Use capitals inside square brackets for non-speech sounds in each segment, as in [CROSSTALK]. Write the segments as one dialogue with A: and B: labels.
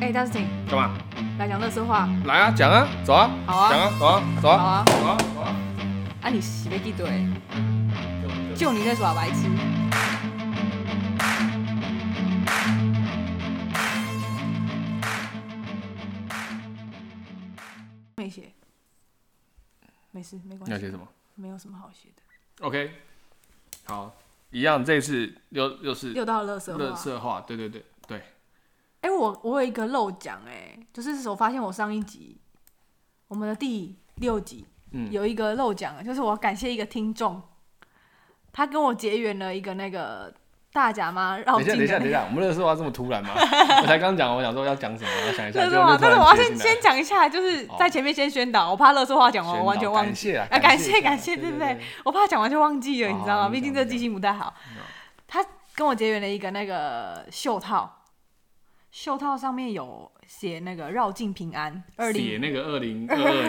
A: 哎、大师请
B: 干嘛？
A: 来讲乐色话，
B: 来啊，讲啊，走啊，
A: 好啊
B: 讲啊，走啊，走
A: 好
B: 啊，
A: 啊！
B: 走啊，走啊。
A: 啊，你洗被地怼，就你在耍白痴。没写，没事，没
B: 你要
A: 关
B: 写
A: 系，
B: 什么
A: 没有什么好写的。
B: ？OK，好，一样，这次又又是
A: 又到乐色
B: 乐
A: 话，
B: 色话，对对对对，
A: 哎、我我有一个漏讲，哎，就是我发现我上一集，我们的第六集
B: 嗯，
A: 有一个漏讲，就是我感谢一个听众，他跟我结缘了一个那个大甲妈绕
B: 等一下
A: 境
B: 等
A: 的
B: 一下
A: 那
B: 等一
A: 个。
B: 下，我们乐色话这么突然
A: [LAUGHS]
B: 吗？我才刚讲，我想说要讲什么，我想一下，
A: 乐
B: 结
A: 色
B: 果
A: 话，
B: 就突
A: 但
B: 然哦
A: 是我要先
B: 切进来
A: 先讲一下，就是
B: 好
A: 在前面先宣导，我怕乐色话讲哦完我完全忘
B: 感
A: 记，
B: 谢啊
A: 啊感谢感谢
B: 对
A: 对不
B: 对
A: 对？我怕讲完就忘记了，你知道
B: 哦好
A: 吗？
B: 你
A: 毕竟
B: 讲
A: 这
B: 你
A: 记性不太好
B: 嗯。
A: 他跟我结缘了一个那个袖套，袖套上面有写那个绕境平安二
B: 写
A: 零
B: 那个二零二
A: [LAUGHS] 二
B: 二
A: 二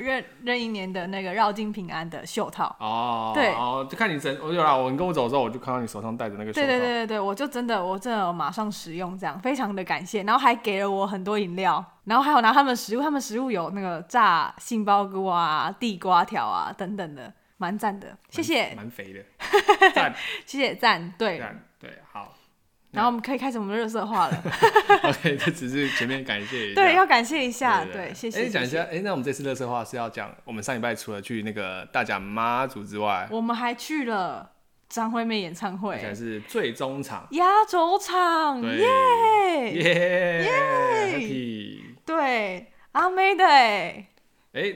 A: 任任一年的那个绕境平安的袖套。
B: 哦，
A: 对
B: 哦，就看你整，我有啦，我你跟我走的时候，我就看到你手上戴着那个手
A: 对
B: 套，
A: 对对对对，我就真的我真的有马上使用，这样非常的感谢，然后还给了我很多饮料，然后还有拿他们食物，他们食物有那个炸杏鲍菇啊、地瓜条啊等等的，蛮赞
B: 嗯
A: 的，谢谢
B: 蛮肥的，赞
A: 谢谢赞，对，
B: 赞，对，好
A: 然后我们可以开始我们的热色话了，
B: ，OK，这只是前面感谢一下，
A: 对，要感谢一下，
B: 对
A: 对，谢
B: 哎，
A: 谢，
B: 讲一
A: 谢谢
B: 下，哎，那我们这次乐色话是要讲，我们上礼拜除了去那个大甲妈祖之外，
A: 我们还去了张惠妹演唱
B: 而且
A: 会
B: 是最终场，
A: 压轴场，
B: 对
A: 耶，
B: 耶，Happy，
A: 对，阿妹的欸，
B: 哎，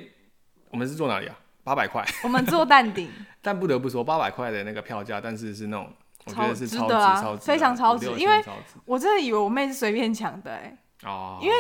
B: 我们是坐哪里啊？八百块，
A: [LAUGHS] 我们坐淡定。
B: 但不得不说，八百块的那个票价，但是是那种，我觉
A: 超
B: 得是
A: 值
B: 超值，
A: 得啊
B: 超值的，
A: 非常超值
B: 5-6
A: 因为
B: 千超值
A: 我真的以为我妹是随便抢的、欸，
B: 哦，
A: 因为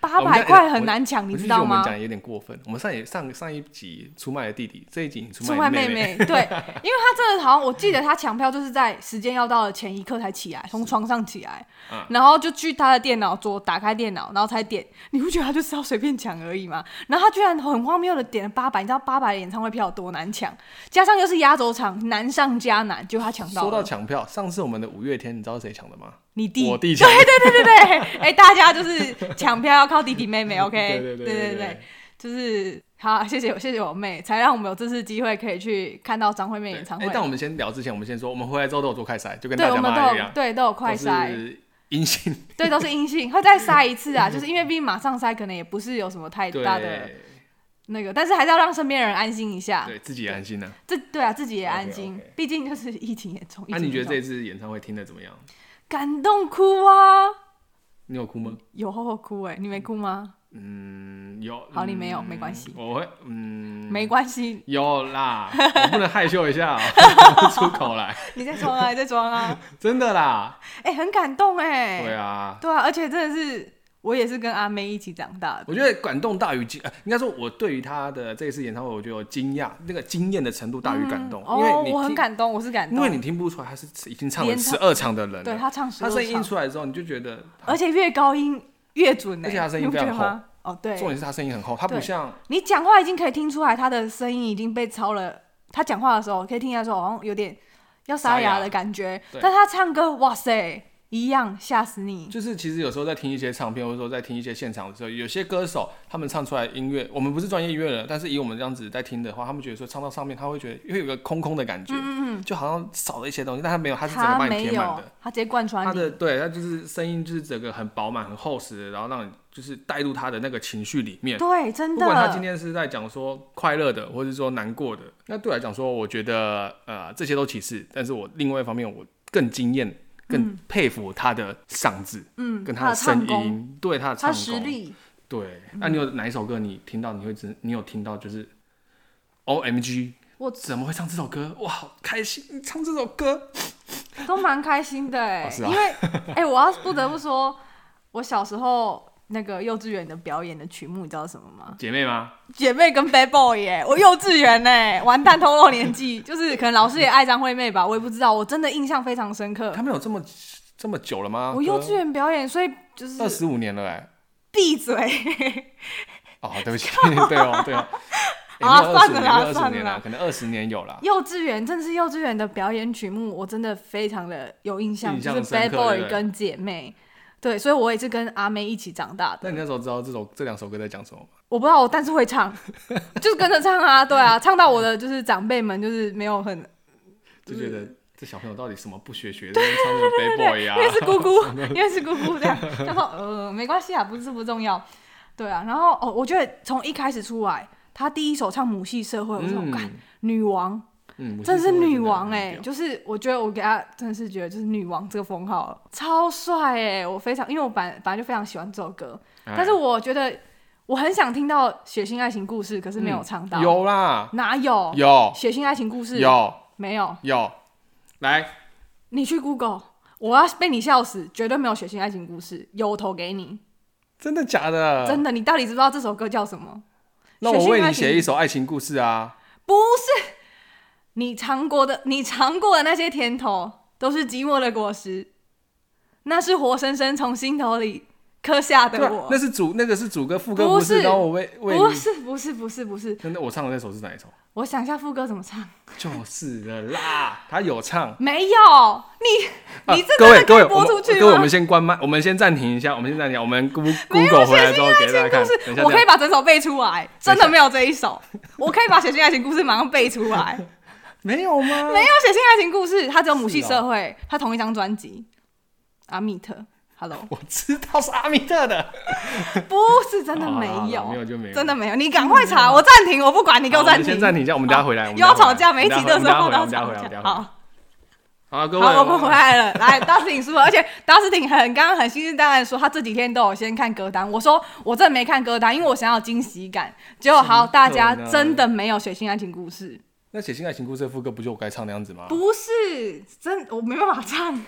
A: 八
B: 我们
A: 百
B: 在
A: 块很难抢，你
B: 我就
A: 知
B: 觉得
A: 道
B: 我们
A: 吗？
B: 讲得有点过分。我们上一上上一集出卖了弟弟，这一集你出
A: 出
B: 卖
A: 卖妹
B: 你妹，
A: 妹，
B: [LAUGHS]
A: 对，因为她真的好像我记得她抢票就是在时间要到的前一刻才起来，从床上起来，
B: 嗯
A: 然后就去她的电脑桌打开电脑，然后才点。 [LAUGHS] 你不觉得她就是要随便抢而已吗？然后她居然很荒谬的点了八百，你知道八百的演唱会票有多难抢，加上又是压轴场，难上加难，就她抢到
B: 说到
A: 了。
B: 抢票，上次我们的五月天，你知道谁抢的吗？
A: 你弟，
B: 我弟抢的。
A: 对对对对， [LAUGHS] 哎、大家就是抢票要靠弟弟妹妹，OK？
B: [LAUGHS] 对
A: 对
B: 对对
A: 对。就是好，啊谢谢我，谢谢我妹，才让我们有这次机会可以去看到张惠妹
B: 对
A: 演唱会。
B: 哎，但我们先聊之前，我们先说，我们回来之后都有做快筛，就跟大
A: 对，我
B: 家
A: 们
B: 妈
A: 都
B: 一
A: 有
B: 样，
A: 对都有快
B: 都
A: 筛，
B: 是
A: [LAUGHS]
B: 阴性，
A: 对，都是阴性，会再筛一
B: [LAUGHS]
A: 次啊，就是因为毕竟马上筛可能也不是有什么太
B: 对
A: 大的那个，但是还是要让身边人安心一下，
B: 对，自己也安心呢。
A: 这对啊，自己也安心
B: OK，OK，
A: 毕竟就是疫情严重。疫
B: 那
A: 情
B: 你觉得
A: 严重
B: 这次演唱会听的怎么样？
A: 感动哭啊？
B: 你有哭吗？
A: 有后后哭哎、你没哭吗？
B: 嗯，有。
A: 好你没有
B: 嗯
A: 没关系
B: 我会，嗯，
A: 没关系，
B: 有啦，我不能害羞一
A: [LAUGHS]
B: 下哦，讲不出口来，
A: 你在装啊，你在装
B: [LAUGHS]
A: 啊，
B: 真的啦。
A: 哎、很感动哎、
B: 对啊，
A: 对啊，而且真的是我也是跟阿妹一起长大的。
B: 我觉得感动大于惊，呃，应该说我对于他的这一次演唱会，我觉得有惊讶，那个惊艳的程度大于感动，
A: 嗯
B: 因为
A: 哦
B: 你，听
A: 我很，感动，我是感
B: 因
A: 动，
B: 为你听不出来他是已经唱了
A: 连
B: 十
A: 唱
B: 二场的人
A: 对
B: 了，
A: 他唱十
B: 他
A: 二
B: 声音一
A: 唱，
B: 出来之后，你就觉得，
A: 而且越高音越准呢、
B: 而且他声音
A: 你不觉得
B: 非常厚
A: 吗？哦，
B: 重
A: 对，
B: 点是他声音很厚，他不
A: 对
B: 像
A: 你讲话已经可以听出来他的声音已经被超了，他讲话的时候可以听起来说好像有点要
B: 沙
A: 沙
B: 哑
A: 哑的感觉，
B: 对
A: 但他唱歌哇塞一样吓死你，
B: 就是其实有时候在听一些唱片，或者说在听一些现场的时候，有些歌手他们唱出来音乐，我们不是专业音乐人，但是以我们这样子在听的话，他们觉得说唱到上面，他会觉得会有一个空空的感觉，
A: 嗯嗯嗯，
B: 就好像少了一些东西，但他没有，他是整个
A: 他
B: 把你
A: 没
B: 填满
A: 有
B: 的。，
A: 他直接贯穿
B: 他
A: 你，
B: 的对，他就是声音就是整个很饱满、很厚实的，然后让你就是带入他的那个情绪里面。
A: 对，真
B: 不
A: 的，
B: 管他今天是在讲说快乐的，或者说难过的，那对我来讲说，我觉得呃这些都其次，但是我另外一方面，我更惊艳、更佩服他的嗓子，
A: 嗯，
B: 跟
A: 他
B: 的
A: 的
B: 声
A: 唱功，
B: 音，对他的唱
A: 他
B: 功，
A: 实力，嗯
B: 对。那、你有哪一首歌你听到你会知，你有听到就是 O M G，
A: 我
B: 怎么会唱这首歌？哇，好开心！你唱这首歌，
A: 都蛮开心的哎、
B: 哦是啊
A: 因为哎、我要不得不说，我小时候那个幼稚园的表演的曲目，你知道是什么吗？
B: 姐妹吗？
A: 姐妹跟 Bad Boy 哎、我幼稚园哎、完蛋透露年纪，就是可能老师也爱张惠妹吧，我也不知道，我真的印象非常深刻
B: 他。们有这么这么久了吗？
A: 我幼稚园表演，所以就
B: 二
A: 是
B: 十五年了哎、
A: 闭嘴， [LAUGHS]
B: 哦，对不起，对哦，对哦，也没
A: 啊
B: 有二
A: 算
B: 十
A: 了啦
B: 年，没有二十
A: 算了
B: 年
A: 啦
B: 啦，可能二十年有啦。
A: 幼稚园真的是幼稚园的表演曲目，我真的非常的有印象，
B: 印
A: 就
B: 象
A: 是
B: 深
A: Bad
B: 刻对不
A: Boy
B: 对
A: 跟姐妹。对，所以我也是跟阿妹一起长大的。
B: 但你那时候知道这首这两首歌在讲什么吗？
A: 我不知道，我但是会
B: [LAUGHS]
A: 唱，就是跟着唱啊，对啊，唱到我的就是长辈们就是没有很，
B: 就觉得这小朋友到底什么不学学，在那边唱那种 bad boy
A: 因
B: 啊，
A: 为是姑
B: [LAUGHS]
A: 姑，因为是姑姑这样，然后呃没关系啊，不是不重要，对啊，然后哦，我觉得从一开始出来，他第一首唱母系社会，我说
B: 嗯
A: 干、女王，
B: 嗯，我
A: 真
B: 记
A: 是
B: 得
A: 女
B: 真的
A: 王
B: 很
A: 哎、
B: 屌
A: 就是我觉得我给她真的是觉得就是女王这个封号了超帅哎、我非常因为我本来本来就非常喜欢这首歌，
B: 哎
A: 但是我觉得我很想听到血腥爱情故事，可是没有唱到，
B: 嗯有啦，
A: 哪有
B: 有
A: 血腥爱情故事
B: 有
A: 没有？
B: 有，来，
A: 你去 Google，我要被你笑死，绝对没有血腥爱情故事，有我投给你，
B: 真的假的？
A: 真的，你到底知不知道这首歌叫什么？
B: 那我为
A: 血腥爱
B: 你写
A: 情
B: 一首爱情故事啊！
A: 不是你尝过的，你尝过的那些甜头都是寂寞的果实，那是活生生从心头里刻下
B: 对
A: 的
B: 啊，
A: 我
B: 那。是主那个是主歌副歌
A: 不
B: 不是？
A: 是
B: 然后我为为
A: 不
B: 你，
A: 是不是不是不是，
B: 真的我唱的那首是哪一首？
A: 我想一下副歌怎么唱。
B: 就是了啦，他有唱。
A: 没有你，
B: 啊
A: 你这
B: 各
A: 真的
B: 位各
A: 可
B: 位
A: 以
B: 我
A: 播
B: 们
A: 出去
B: 各位，我
A: 吗
B: 们？先关麦，我们先暂停一下，我们先暂停一下，我们 Goo-
A: 没有
B: Google 回
A: 血
B: 来之
A: 腥
B: 后
A: 爱
B: 给大家
A: 情
B: 看
A: 故。
B: 等一
A: 事，
B: 下
A: 我可以
B: 等一下
A: 把整首背出来，真的没有这一首，我可以把血腥爱情故事马上背出
B: [LAUGHS]
A: 来。
B: 没有吗？
A: 没有写性爱情故事，它只有母系
B: 是哦
A: 社会，它同一张专辑。阿密特，Hello，
B: 我知道是阿米特的，
A: 不是真的没
B: 好好
A: 有，
B: 好啊没有就没有
A: 真的没有。你赶快查，我暂停，我不管，你给
B: 好
A: 我
B: 我们
A: 暂停。
B: 先暂停一下，我们等一下回来。我们
A: 又要
B: 等一下
A: 吵架，
B: 回
A: 每一
B: 来
A: 集都
B: 我
A: 是
B: 们等一下
A: 后
B: 回来，我
A: 到
B: 们等一下回来，我
A: 吵
B: 们等一
A: 架。
B: 下回来。
A: 好，
B: 好，啊各位，哦
A: 好，我们回来了。 [LAUGHS] 来，达斯汀输了，而且达斯汀很刚刚很信誓旦旦地说他这几天都有先看歌单。我说我真的没看歌单，因为我想要有惊喜感。结果好，
B: 怎么
A: 大家
B: 可能
A: 真的没有血腥爱情故事，
B: 那写信爱情故事的副歌不就我该唱那样子吗？
A: 不是真，我没办法
B: [LAUGHS]
A: 唱。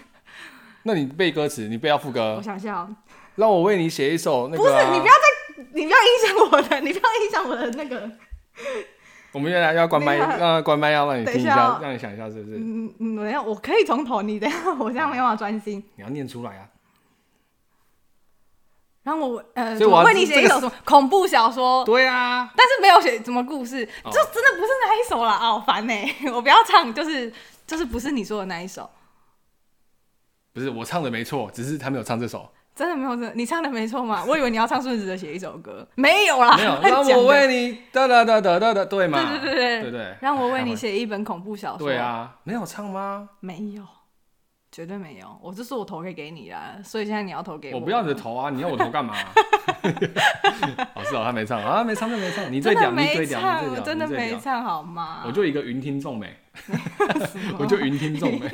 B: 那你背歌词，你背到副歌
A: 我，想笑。
B: 让我为你写一首那
A: 不是
B: 个啊。
A: 你不要再，你不要影响我的，你不要影响我的那个，
B: 我们原来要关麦，
A: 那个
B: 让关麦要让你听一
A: 等一下
B: 下
A: 哦，
B: 让你想一下是不是？
A: 嗯，嗯没有，我可以从头，你等一下，我这样没办法专心。
B: 你要念出来啊！
A: 然后我呃，
B: 所以我要
A: 问你写一
B: 这
A: 首
B: 个
A: 什么恐怖小说，
B: 对啊，
A: 但是没有写什么故事，
B: 哦
A: 就真的不是那一首啦，啊，好烦呢、 [LAUGHS] 我不要唱，就是就是不是你说的那一首，
B: 不是我唱的没错，只是他没有唱这首。
A: 真的没有这，你唱的没错嘛，我以为你要唱顺子的写一首歌，没有 [LAUGHS] 啦，
B: 没有，
A: 乱
B: 让
A: 讲
B: 我
A: 的
B: 为你哒哒哒哒哒哒，对吗？
A: 对对对对
B: 对对，
A: 让我为你
B: 哎。
A: 写一本恐怖小说，
B: 对，啊，没有唱吗？
A: 没有，绝对没有，我就说我投给给你啦，所以现在你要投给
B: 我
A: 我
B: 不要你的头啊！你要我
A: [LAUGHS]
B: 头干嘛？哦，是哦，他没唱啊，没唱就没唱，你最
A: 真的
B: 屌，你
A: 没
B: 最屌，你最
A: 唱，
B: 屌，
A: 我真的
B: 你最屌
A: 没唱好吗？
B: 我就一个云听众没，
A: 什么
B: 我就云听众
A: [LAUGHS]
B: 没。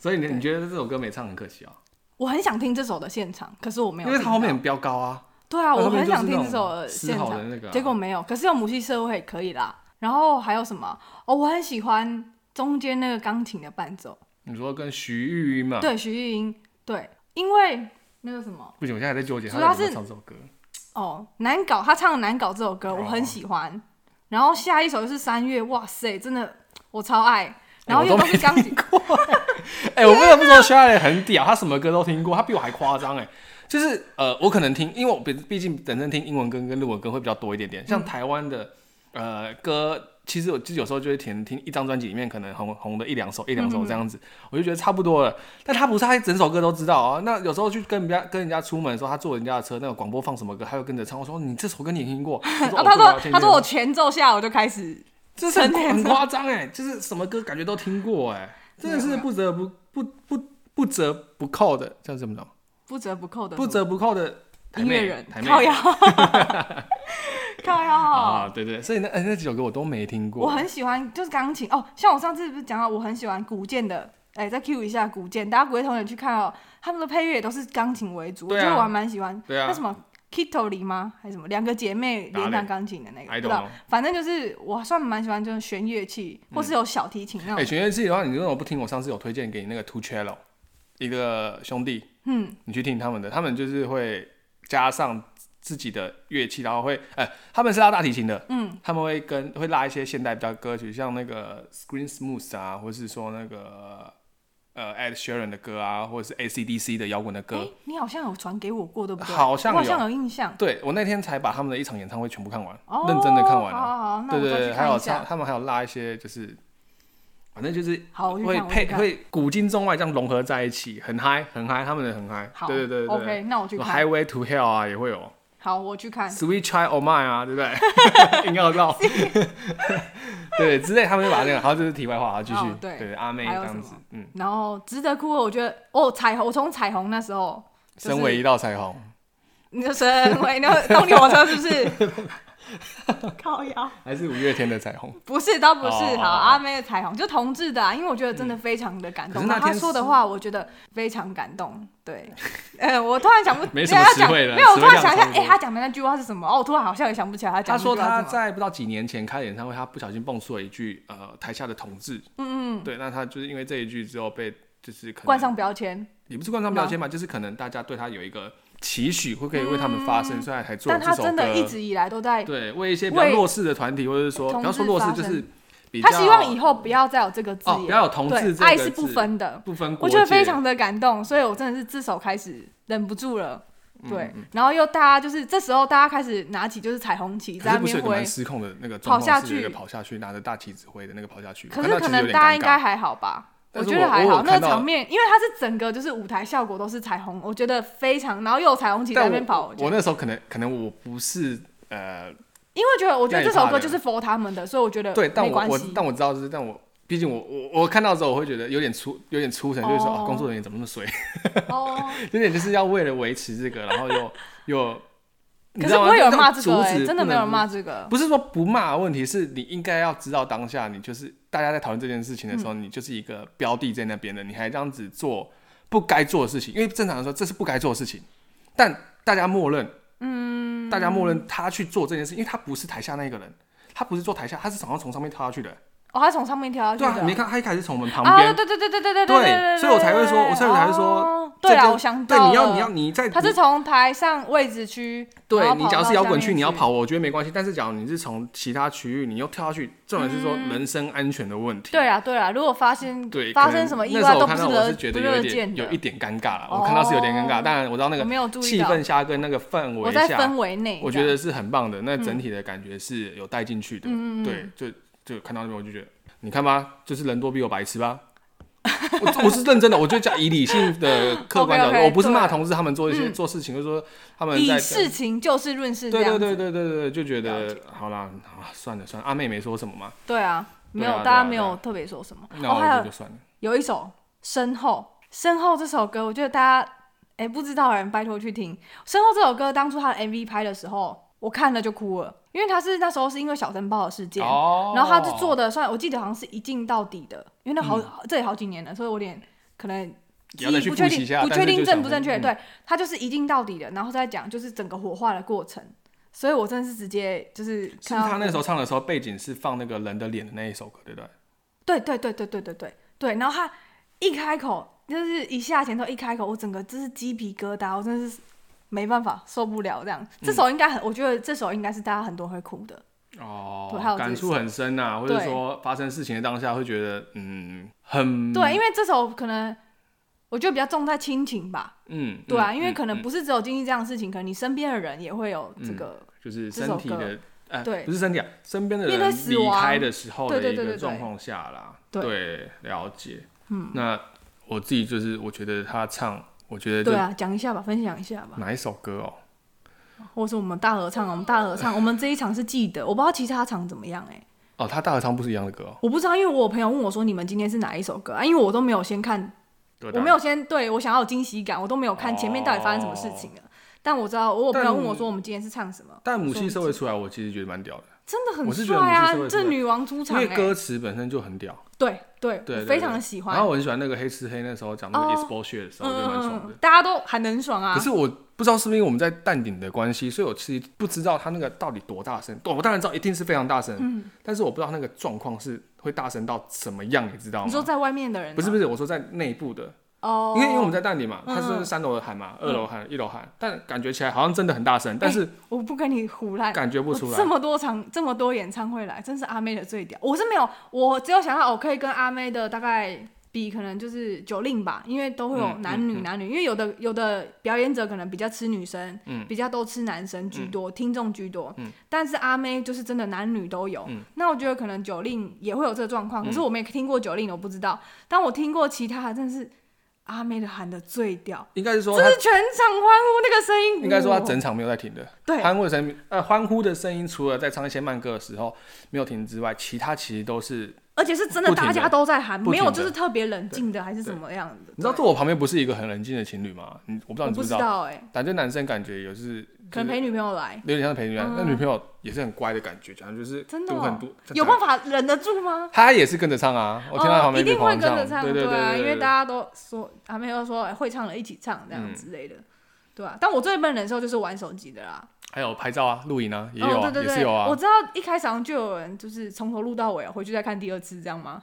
B: 所以你你觉得这首歌没唱很可惜哦，
A: [LAUGHS] 我很想听这首的现场，可是我没有
B: 因
A: 听到，
B: 为它后面很飙高啊。
A: 对啊，
B: 它
A: 我
B: 后面
A: 很
B: 就是
A: 想听这首
B: 那
A: 的
B: 种
A: 现
B: 嘶吼
A: 场，
B: 的那个啊
A: 结果没有。可是有母系社会可以啦，然后还有什么？哦，我很喜欢中间那个钢琴的伴奏，
B: 你说跟徐玉嘛？
A: 对，徐玉英，对，因为那个什么
B: 不行，我现在还在纠结
A: 主
B: 他
A: 要
B: 到底有没
A: 是
B: 有唱这首歌。
A: 哦，难搞，他唱的难搞这首歌
B: 哦
A: 我很喜欢，然后下一首就是三月，哇塞，真的我超爱，然后
B: 哎我
A: 又
B: 都
A: 都
B: 没
A: 是钢
B: [LAUGHS]
A: 琴， [LAUGHS]
B: 哎、我不得不说 s h i 很屌，他什么歌都听过，他比我还夸张哎。就是呃，我可能听，因为我毕毕竟本身听英文歌跟日文歌会比较多一点
A: 嗯
B: 点。像台湾的、呃歌，其实我就有时候就会听听一张专辑里面可能红红的一两首一两首
A: 嗯
B: 这样子，我就觉得差不多了。但他不是，他整首歌都知道啊。那有时候去跟人家跟人家出门的时候，他坐人家的车，那个广播放什么歌，他会跟着唱。我说你这首歌你也听过，
A: 然 [LAUGHS]
B: 说
A: 后
B: 哦
A: 他
B: 对啊
A: 说
B: 听
A: 他
B: 过
A: 说我前奏下我就开始
B: 这是很
A: 真的
B: 很夸张哎，就是什么歌感觉都听过哎、真的
A: 啊
B: 是不折不不不不折不扣的，叫怎么讲？
A: 不折不扣的
B: 不折不扣的台
A: 嗯音
B: 妹
A: 乐人，
B: 台妹
A: 靠腰，靠
B: [LAUGHS] 啊，
A: 腰。
B: 对对，所以那哎那几首歌我都没听过，
A: 我很喜欢，就是钢琴哦。像我上次不是讲到，我很喜欢古剑的，哎、再 cue 一下古剑，大家古剑同学去看哦，他们的配乐也都是钢琴为主，
B: 对
A: 我
B: 啊
A: 觉得我还蛮喜欢。
B: 对啊
A: 那什么 Kitty 里吗？还是什么？两个姐妹
B: 哪里
A: 连弹钢琴的那个，
B: I
A: 不
B: don't
A: 知道
B: know。
A: 反正就是我算蛮喜欢，就是弦乐器或是有小提琴那
B: 嗯哎、
A: 种。
B: 弦乐器的话，你如果不听，我上次有推荐给你那个 Two Cello 一个兄弟，
A: 嗯，
B: 你去听他们的，他们就是会加上自己的乐器，然后会，哎、他们是拉大提琴的，
A: 嗯，
B: 他们会跟会拉一些现代比较歌曲，像那个 Screen Smooth 啊，或是说那个呃 Ed Sheeran 的歌啊，或者是 AC/DC 的摇滚的歌。
A: 哎、你好像有传给我过，对不对？
B: 好像有
A: 我好像有印象。
B: 对我那天才把他们的一场演唱会全部看完，
A: 哦，
B: 认真的看完啊
A: 好
B: 了。
A: 好好，那
B: 对
A: 我
B: 对
A: 再
B: 对，
A: 去
B: 还
A: 看
B: 有
A: 一下
B: 唱，。他们还有拉一些就是反正就是
A: 好我去
B: 会
A: 看我去
B: 配
A: 看
B: 会古今中外这样融合在一起，很嗨很嗨，他们的很嗨。
A: 好，
B: 对对对对
A: OK，那我去
B: 什么
A: 看。
B: Highway to Hell 啊也会有
A: 好，我去看。
B: ，Sweet Child O' Mine 啊，对
A: [LAUGHS]
B: 不对？硬要绕， [LAUGHS] 对之类，他们就把那个，好，这是题外话，好，继续
A: 哦，对
B: 对阿妹这
A: 还有什
B: 样
A: 么
B: 子，嗯，
A: 然后值得哭的，我觉得哦，彩虹，我从彩虹那时候，就是
B: 身为一道彩虹，
A: 你就身为那个动力火车是不是？ [LAUGHS] 靠腰
B: 还是五月天的彩虹。
A: 不是，都不
B: 哦
A: 是。
B: 哦
A: 好，
B: 哦
A: 阿妹的彩虹就同志的、啊，因为我觉得真的非常的感
B: 可
A: 动。
B: 是那
A: 然后他
B: 天
A: 说的
B: 是
A: 话，我觉得非常感动。对， [LAUGHS] 呃，我突然想不，
B: 没什
A: 对
B: 么
A: 他
B: 词
A: 讲
B: 汇了
A: 没有，我
B: 词
A: 突
B: 汇
A: 然
B: 量
A: 想一下，
B: 超
A: 哎、
B: 多
A: 他讲的那句话是什么？哦，我突然好像也想不起来他
B: 他
A: 讲的那
B: 说
A: 句话
B: 他
A: 是什么。
B: 在不知道几年前开演唱会，他不小心蹦出了一句呃台下的同志，
A: 嗯嗯，
B: 对，那他就是因为这一句之后被就是可能
A: 冠上标签，
B: 也不是冠上标签吧，就是可能大家对他有一个期许，会可以为他们发声，所以才
A: 嗯
B: 做
A: 但
B: 这
A: 他
B: 首歌。
A: 真的一直以来都在，
B: 对为一些比较
A: 为
B: 弱势的团体，或者是说
A: 同
B: 不要说
A: 志
B: 弱势，
A: 发
B: 就
A: 声
B: 是比较
A: 他希望以后不要再有这个字
B: 哦
A: 眼。
B: 不要有同志
A: 对
B: 这，个
A: 爱是不
B: 字
A: 分的。
B: 不分
A: 我
B: 国界，
A: 觉得非常的感动，所以我真的是自首开始忍不住了。
B: 嗯
A: 对，然后又大家就是这时候大家开始拿起就是彩虹旗
B: 可
A: 在
B: 是
A: 那
B: 不是有
A: 边
B: 个
A: 挥
B: 蛮，失控的那个
A: 跑
B: 状
A: 下
B: 况，是有一个
A: 去
B: 跑下去拿着大旗指挥的那个跑下去，
A: 可
B: 我
A: 是
B: 看
A: 可
B: 到其实有
A: 能
B: 点
A: 大家应
B: 尴
A: 该
B: 尬。
A: 还好吧？
B: 但是
A: 觉得
B: 我
A: 还
B: 我有
A: 好，那
B: 看
A: 个
B: 到
A: 场面，因为它是整个就是舞台效果都是彩虹，我觉得非常，然后又有彩虹旗在那
B: 但
A: 边跑，
B: 我
A: 觉
B: 我
A: 得
B: 那时候可能可能我不是呃
A: 因为觉得我觉得
B: 那
A: 这
B: 一趴
A: 首歌
B: 的
A: 就是 for 他们的，所以我觉得
B: 对，但
A: 没
B: 我
A: 关
B: 我
A: 系。
B: 但我知道就是，但我毕竟我我我看到之后，我会觉得有点粗有点粗神，就是说
A: 哦
B: 啊，工作人员怎么那么水，
A: 哦，
B: [LAUGHS] 有点就是要为了维持这个，然后又
A: [LAUGHS]
B: 又，你
A: 可
B: 知
A: 是
B: 道
A: 不
B: 吗
A: 会有人
B: 就
A: 骂
B: 种
A: 这
B: 阻
A: 个，哎
B: 止
A: 真
B: 不
A: 的没有
B: 能
A: 人骂这个。
B: 不是说不骂的问题，是你应该要知道当下你就是大家在讨论这件事情的
A: 嗯
B: 时候，你就是一个标的在那边的，你还这样子做不该做的事情，因为正常来说这是不该做的事情，但大家默认，嗯，大家默认他去做这件事，因为他不是台下那个人，他不是坐台下，他是好像从上面跳下去的，
A: 哦，他从上面跳下去
B: 对啊，
A: 的。
B: 你没看他一开始从我们旁
A: 啊，
B: 边。
A: 对对对对对对
B: 对
A: 对，
B: 所以我才会说我所以我才会说
A: 哦对啊，
B: 这
A: 我想
B: 对，
A: 到
B: 你要
A: 了
B: 你要你在
A: 他是从台上位置区，然
B: 对
A: 后
B: 你
A: 跑
B: 假如
A: 到
B: 是摇滚
A: 下
B: 区，
A: 面
B: 你要跑，我觉得没关系。但是假如你是从其他区域，你又跳下去，重点是说人身安全的问题。
A: 嗯对啊，对啊，如果发现
B: 对，
A: 发
B: 可能
A: 生什么意
B: 那时
A: 外
B: 候
A: 都不
B: 我看
A: 是
B: 到我
A: 乐
B: 是觉得
A: 不
B: 有
A: 乐
B: 一点
A: 见的，
B: 有一点尴尬了，我看到是有点尴尬。
A: 哦
B: 当然我知道那
A: 我
B: 个
A: 没有注意
B: 气
A: 到，
B: 氛下跟那个氛
A: 我
B: 围
A: 在
B: 下
A: 氛，围内，
B: 我
A: 这
B: 觉
A: 样
B: 得是很棒的。那整体的感觉是有带进去的。
A: 嗯嗯嗯嗯
B: 对，就就看到那边我就觉得，你看吧，就是人多必有白痴吧。我我是认真的，我就讲以理性
A: [LAUGHS]
B: 的客观角度，
A: OK，OK，
B: 我不是骂
A: 对
B: 同事他们做一些
A: 嗯
B: 做事情，就是说他们在
A: 以事情就事论事，这
B: 对
A: 样
B: 对
A: 子
B: 对对对对，就觉
A: 了
B: 得
A: 解
B: 好啦，啊，算了算了，阿妹没说什么嘛，
A: 对啊，没
B: 对
A: 有
B: 啊对啊
A: 大家
B: 对啊
A: 没有特别说什么。
B: 啊那
A: 哦，
B: 我
A: 还
B: 觉得
A: 有
B: 就算了。
A: 有一首《身后》，《身后》这首歌，我觉得大家哎不知道的人拜托去听，《身后》这首歌当初他的 MV 拍的时候，我看了就哭了，因为他是那时候是因为小灯泡的事件，
B: 哦
A: 然后他就做的算，我记得好像是一镜到底的，因为那好、这也好几年了，所以我有点可能
B: 也
A: 记
B: 要再
A: 忆
B: 去
A: 不确
B: 复习一
A: 定，
B: 下
A: 不
B: 但是
A: 确定
B: 就
A: 正
B: 想
A: 不
B: 说
A: 正确。
B: 嗯
A: 对，他就是一镜到底的，然后再讲就是整个火化的过程。所以我真的是直接就是
B: 是
A: 看到
B: 他那时候唱的时候，背景是放那个人的脸的那一首歌，对不对？
A: 对对对对对对对对，然后他一开口就是一下前头一开口，我整个就是鸡皮疙瘩，我真的是没办法受不了这样。这首应该很，我觉得这首应该是大家很多人会哭的。对还
B: 哦
A: 有，
B: 感
A: 这
B: 触
A: 首
B: 很深呐、或者
A: 对
B: 说发生事情的当下会觉得，嗯，很
A: 对，因为这首可能我觉得比较重在亲情吧，
B: 嗯，
A: 对啊，
B: 嗯
A: 因为可
B: 嗯
A: 能不是只有经历这样的事情，可能你身边的人也会有这
B: 嗯
A: 个。
B: 就是
A: 这
B: 身
A: 首
B: 体
A: 歌
B: 的，哎、
A: 对
B: 不是身体啊，身边的
A: 面对
B: 人
A: 死
B: 离
A: 亡
B: 开的时候
A: 对
B: 的
A: 对
B: 一
A: 对
B: 个
A: 对
B: 状
A: 对
B: 况下啦，
A: 对
B: 了解。嗯，那我自己就是，我觉得他唱，我觉得
A: 对
B: 就
A: 啊，讲一下吧，分享一下吧，
B: 哪一首歌哦？
A: 或是我们大合唱，我们大合唱，我们这一场是记得，我不知道其他场怎么样哎、
B: 哦，他大合唱不是一样的歌哦。
A: 我不知道，因为我有朋友问我说你们今天是哪一首歌啊？因为我都没有先看
B: 歌
A: 我
B: 单
A: 没有先对我想要有惊喜感，我都没有看前面到底发生什么事情了。但我知道，我有朋友问我说我们今天是唱什么，
B: 哦但母系社会出来，我其实觉得蛮屌的，
A: 真的
B: 我
A: 很
B: 是觉
A: 帅
B: 得母系
A: 啊
B: 社会！
A: 这
B: 出来
A: 女王出
B: 因
A: 场、
B: 为
A: 欸，
B: 歌词本身就很屌。
A: 对对
B: 对对
A: 我非常的喜
B: 然后
A: 欢，
B: 我很喜欢那个黑吃黑那时候讲那个
A: 哦
B: is bullshit 的时
A: 嗯
B: 候，我觉得蛮
A: 嗯
B: 爽的
A: 嗯。，大家都喊得很爽啊
B: 可。是我不知道是不是因为我们在淡定的关系，所以我其实不知道他那个到底多大声。我当然知道一定是非常大声，
A: 嗯
B: 但是我不知道那个状况是会大声到什么样，你知道
A: 你说
B: 吗？
A: 在外面的人、
B: 不是不
A: 是
B: 是，我说在内部的，
A: 哦，
B: 因为因为我们在淡定嘛，他
A: 嗯
B: 是
A: 嗯
B: 三楼喊嘛，二楼喊，一楼喊，但感觉起来好像真的很大声，但是
A: 我不跟你胡乱。
B: 感觉不出
A: 哎我
B: 来
A: 这。么多场这么多演唱会来，真是阿妹的最屌。我是没有，我只有想到我可以跟阿妹的大概比可能就是酒令吧，因为都会有
B: 嗯
A: 男女男女，因为有的有的表演者可能比较吃女生，
B: 嗯
A: 比较都吃男生居多，听众居多，
B: 嗯
A: 但是阿妹就是真的男女都有。
B: 嗯
A: 那我觉得可能酒令也会有这个状况，可是
B: 嗯
A: 我没听过酒令，我不知道。但我听过其他的，真的是阿妹的喊的最屌，
B: 应该是说
A: 真
B: 他
A: 是全场欢呼那个声音，
B: 应该说他
A: 哇
B: 整场没有在停的，
A: 对
B: 欢呼的声音，呃，欢呼的声音除了在唱一些慢歌的时候没有停之外，其他其实都是，
A: 而且是真的，
B: 不停
A: 大
B: 地
A: 家都在喊，
B: 不
A: 没
B: 停地
A: 有就是特别冷静的，还是怎么样的？
B: 你知道
A: 对
B: 坐我旁边不是一个很冷静的情侣吗？你我不知道
A: 我
B: 你知
A: 不
B: 不
A: 知
B: 知道，
A: 道哎、
B: 反正男生感觉也是，
A: 可
B: 就
A: 能
B: 是
A: 陪女朋友来，
B: 有点像陪女伴
A: 嗯，
B: 那女朋友也是很乖的感觉，讲就是
A: 真的哦
B: 读很多，
A: 有办法忍得住吗？
B: 他也是跟着唱啊，我听到他旁
A: 哦，一
B: 边就
A: 定会
B: 狂
A: 跟着唱，
B: 对对
A: 啊，因为大
B: 家
A: 家都说阿妹都说、哎会唱的一起唱这样
B: 嗯
A: 之类的，对啊。但我最不能忍受就是玩手机的啦，
B: 还有拍照啊、录影啊，也有
A: 哦，
B: 啊
A: 对，对
B: 也
A: 对，
B: 是有
A: 我
B: 啊，
A: 知道一开场就有人就是从头录到尾，回去再看第二次这样吗？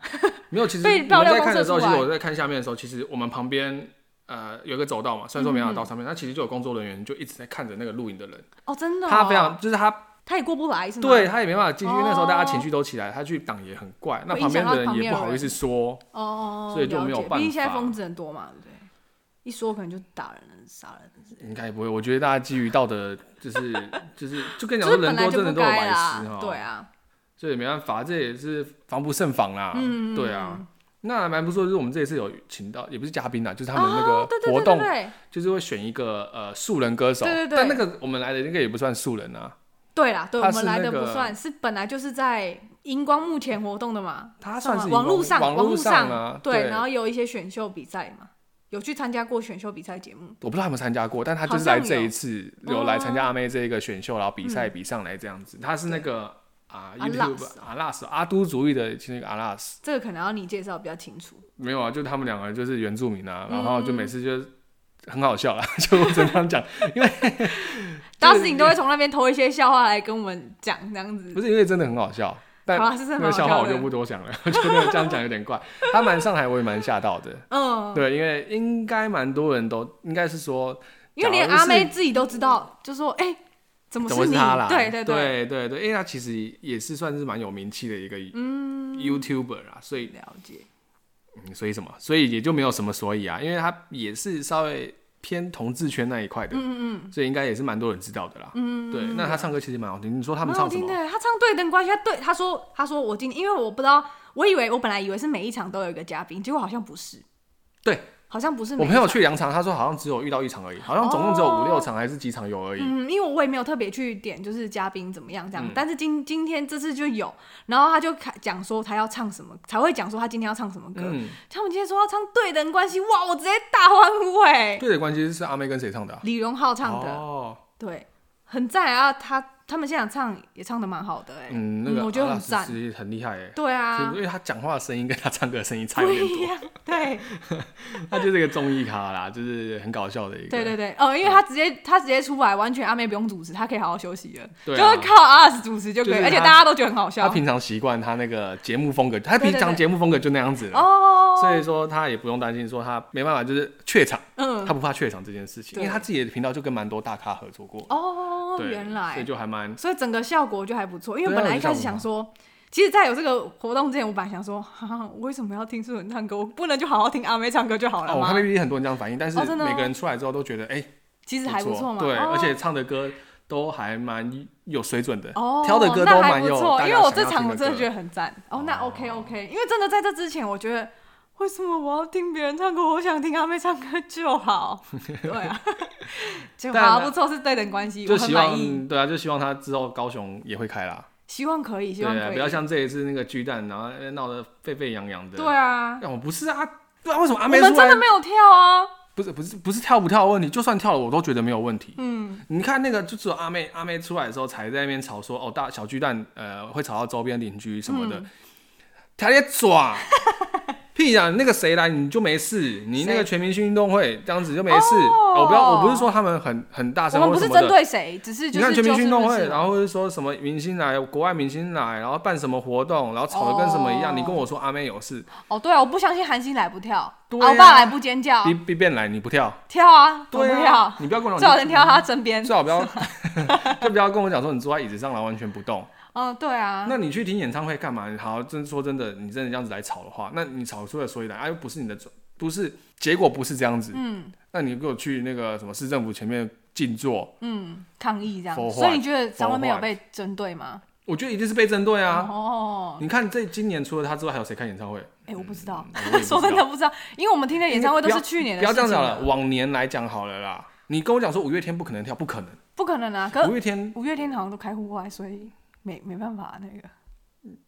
B: 没有。其实
A: 被
B: 我
A: 爆
B: 们
A: 料
B: 在
A: 公
B: 看的
A: 社
B: 时候，
A: 出
B: 其实
A: 来
B: 我在看下面的时候，其实我们旁边呃有一个走道嘛，虽然说没办法
A: 嗯
B: 到上面，那其实就有工作人员就一直在看着那个录影的人，
A: 哦，真的、哦，
B: 他非常就是他
A: 他也过不来是吗？
B: 对，他也没办法进去，因为那时候大家
A: 哦
B: 情绪都起来，他去挡也很怪，那
A: 会
B: 旁
A: 影响
B: 边
A: 到
B: 的人
A: 旁
B: 也
A: 边
B: 不
A: 的
B: 好
A: 人
B: 意思说，
A: 哦，哦，哦
B: 所以就没有
A: 了解
B: 办
A: 毕竟现在
B: 法
A: 疯子很多嘛，对不对？一说可能就打人、杀人之类的。
B: 应该也不会。我觉得大家基于道德，就是
A: [LAUGHS]
B: 就是就跟你
A: 就
B: 讲说，
A: 是本
B: 人
A: 来
B: 多
A: 就
B: 真的
A: 不
B: 都有白
A: 该
B: 痴
A: 啦
B: 哈，，
A: 对，啊，
B: 所以没办法，这也是防不胜防啦，
A: 嗯，
B: 对啊。那蛮不错，就是我们这一次有请到，也不是嘉宾啦，就是他们那
A: 哦
B: 个
A: 对对
B: 活动，
A: 对对对
B: 就是会选一个呃素人歌手，
A: 对对对
B: 但那个我们来的那个也不算素人啊，
A: 对啦，对我
B: 他
A: 们
B: 是
A: 来
B: 那
A: 的不
B: 个
A: 算，是本来就是在荧光幕前活动的嘛，
B: 他算是
A: 网
B: 一个
A: 络上
B: 网
A: 络
B: 络上啊，
A: 对，然后有一些选秀比赛嘛，有去参加过选秀比赛节目，
B: 我不知道有没有参加过，但他就是
A: 好像
B: 来这
A: 有哦
B: 一次有来参加阿妹这一个选秀，然后比赛比上来这样子。他是那个啊
A: 嗯阿拉斯
B: ，YouTube 阿拉斯阿都族裔的其中一个阿拉斯，
A: 这个可能要你介绍比较清楚。
B: 没有啊，就他们两个人就是原住民啊，然后就每次就很好笑啦， [LAUGHS] 就我怎么
A: [LAUGHS]
B: 样讲，
A: 当时你都会从那边偷一些笑话来跟我们讲，这样子
B: 不。是因为真的很好笑，但
A: 好啦，是真的
B: 那
A: 蛮
B: 个
A: 好笑
B: 笑
A: 的
B: 话我就不多讲了， [LAUGHS] 我觉得这样讲有点怪。他蛮上海，我也蛮吓到的，
A: 嗯，
B: 对，因为应该蛮多人都应该是说
A: 因为连
B: 假如
A: 阿
B: 是
A: 妹自己都知道，就说哎、怎么
B: 怎么
A: 你？
B: 是他啦？
A: 对
B: 对
A: 对对，
B: 对对因为他其实也是算是蛮有名气的一个
A: 嗯，
B: YouTuber 啊，所以、
A: 了解。
B: 嗯所以什么，所以也就没有什么所以啊，因为他也是稍微偏同志圈那一块的，
A: 嗯嗯嗯，
B: 所以应该也是蛮多人知道的啦。
A: 嗯
B: 对，那他唱歌其实蛮好听，你说他们
A: 蛮好
B: 唱什
A: 听
B: 么？
A: 的，他唱对等关系，他对他说他说我今天，因为我不知道，我以为我本来以为是每一场都有一个嘉宾，结果好像不是，
B: 对
A: 好像不是每
B: 我
A: 一
B: 朋友
A: 场，
B: 去两场，他说好像只有遇到一场而已，好像总共只有五六场还是几场有而已。
A: 嗯，因为我也没有特别去点就是嘉宾怎么样这样，
B: 嗯
A: 但是今今天这次就有，然后他就开讲说他要唱什么，才会讲说他今天要唱什么歌，
B: 嗯，
A: 他们今天说要唱对等关系，哇，我直接大欢呼哎、
B: 对的关系是阿妹跟谁唱的、啊？
A: 李荣浩唱的，
B: 哦，
A: 对，很赞啊，他他们现场唱也唱的蛮好的哎、
B: 嗯，那个
A: 我觉得很
B: 阿拉斯
A: 赞
B: 是很厉害哎、
A: 对啊
B: 其实，因为他讲话的声音跟他唱歌的声音差
A: 不
B: 有点多
A: 一。样，对。
B: [LAUGHS] 他就是一个综艺咖啦，就是很搞笑的一个。
A: 对对对，哦，因为他直接他直接出来，完全阿妹不用主持，他可以好好休息了，
B: 对
A: 就
B: 啊
A: 是靠阿斯主持就可以，
B: 就是他
A: 而且大家都觉得很好
B: 他
A: 笑。
B: 平常习惯他那个节目风格，他平
A: 对对
B: 常
A: 对
B: 节目风格就那样子了，
A: 哦，
B: 所以说他也不用担心说他没办法就是怯场，
A: 嗯
B: 他，不怕怯场这件事情，
A: 对
B: 因为他自己的频道就跟蛮多大咖合作过，
A: 哦，
B: 对，
A: 原
B: 所以
A: 来，
B: 就还蛮
A: 所以整个效果就还不错，因为
B: 对啊
A: 本来一开始想说。其实，在有这个活动之前，我本来想说，哈哈，我为什么要听素人唱歌？我不能就好好听阿妹唱歌就好了
B: 哦，我
A: 吗？
B: 看 PPT 很多人这样反应，但是
A: 哦真的吗
B: 每个人出来之后都觉得哎、
A: 其实还不错嘛。
B: 对，
A: 哦
B: 而且唱的歌都还蛮有水准的，
A: 哦，
B: 挑的歌
A: 那
B: 都
A: 还
B: 蛮
A: 不
B: 有
A: 错，
B: 大家
A: 因为我
B: 想
A: 这
B: 要
A: 场
B: 听
A: 我
B: 的
A: 真的
B: 歌
A: 觉得很赞。哦，那
B: 哦
A: OK OK，因为真的在这之前，我觉得为什么我要听别人唱歌？我想听阿妹唱歌就
B: [LAUGHS]
A: 好。对啊，就
B: 但
A: 好不错，是对等关系，
B: 就
A: 我很
B: 希
A: 满意。
B: 望对啊，就希望他之后高雄也会开啦，
A: 希望可以，希
B: 对
A: 望
B: 啊，
A: 可
B: 不要
A: 以。
B: 像这一次那个巨蛋，然后呃闹得沸沸扬扬的，
A: 对啊，
B: 但我不是啊，对啊，为什么阿
A: 我
B: 妹
A: 们
B: 出来
A: 真的没有跳啊。
B: 不是不是不是跳不跳的问题，就算跳了我都觉得没有问题。
A: 嗯，
B: 你看那个，就只有阿妹阿妹出来的时候才在那边吵说，哦大小巨蛋呃会吵到周边邻居什么
A: 嗯
B: 的，他也抓。 [LAUGHS] 屁啊！那个谁来你就没事，你那个
A: 谁
B: 全明星运动会这样子就没事。
A: 哦
B: 我不要，我不是说他们很很大
A: 我
B: 声
A: 们
B: 或
A: 不
B: 什
A: 是
B: 么
A: 针
B: 的。
A: 对谁，只是
B: 你
A: 就
B: 看
A: 是
B: 全明星运动
A: 就是不
B: 会，
A: 是
B: 然后是说什么明星来，国外明星来，然后办什么活动，然后吵得跟什么一样。
A: 哦
B: 你跟我说阿妹有事，
A: 哦，对啊，我不相信韩星来不跳，
B: 对啊
A: 敖爸来不尖叫
B: 必，必变来你不跳，
A: 跳啊，我
B: 对
A: 不
B: 啊
A: 跳，，
B: 你不要跟我讲，
A: [LAUGHS]
B: [LAUGHS]
A: 最好能跳到他身边
B: 最。好不要，就不要跟我讲说你坐在椅子上然后完全不动，
A: 嗯，对啊，
B: 那你去听演唱会干嘛？好，真说真的，你真的这样子来吵的话，那你吵出了所以然，啊，又不是你的错，不是结果不是这样子，
A: 嗯
B: 那你给我去那个什么市政府前面静坐，
A: 嗯，抗议这样
B: For，
A: 所
B: what？
A: 以你觉得张惠妹
B: For
A: 有
B: what？
A: 被针对吗？
B: 我觉得一定是被针对啊。
A: 哦，
B: 你看这今年除了他之外，还有谁看演唱会？
A: [LAUGHS] 哎，我不知道
B: 嗯，我也不知道
A: 说真的不知道，因为我们听的演唱会都是去年的
B: 不要
A: 事
B: 这样
A: 情
B: 讲
A: 了
B: 了，，往年来讲好了啦。你跟我讲说五月天不可能跳，不可能。
A: 不可能啊，可
B: 五月天，
A: 五月天好像都开户外，所以没没办法那个，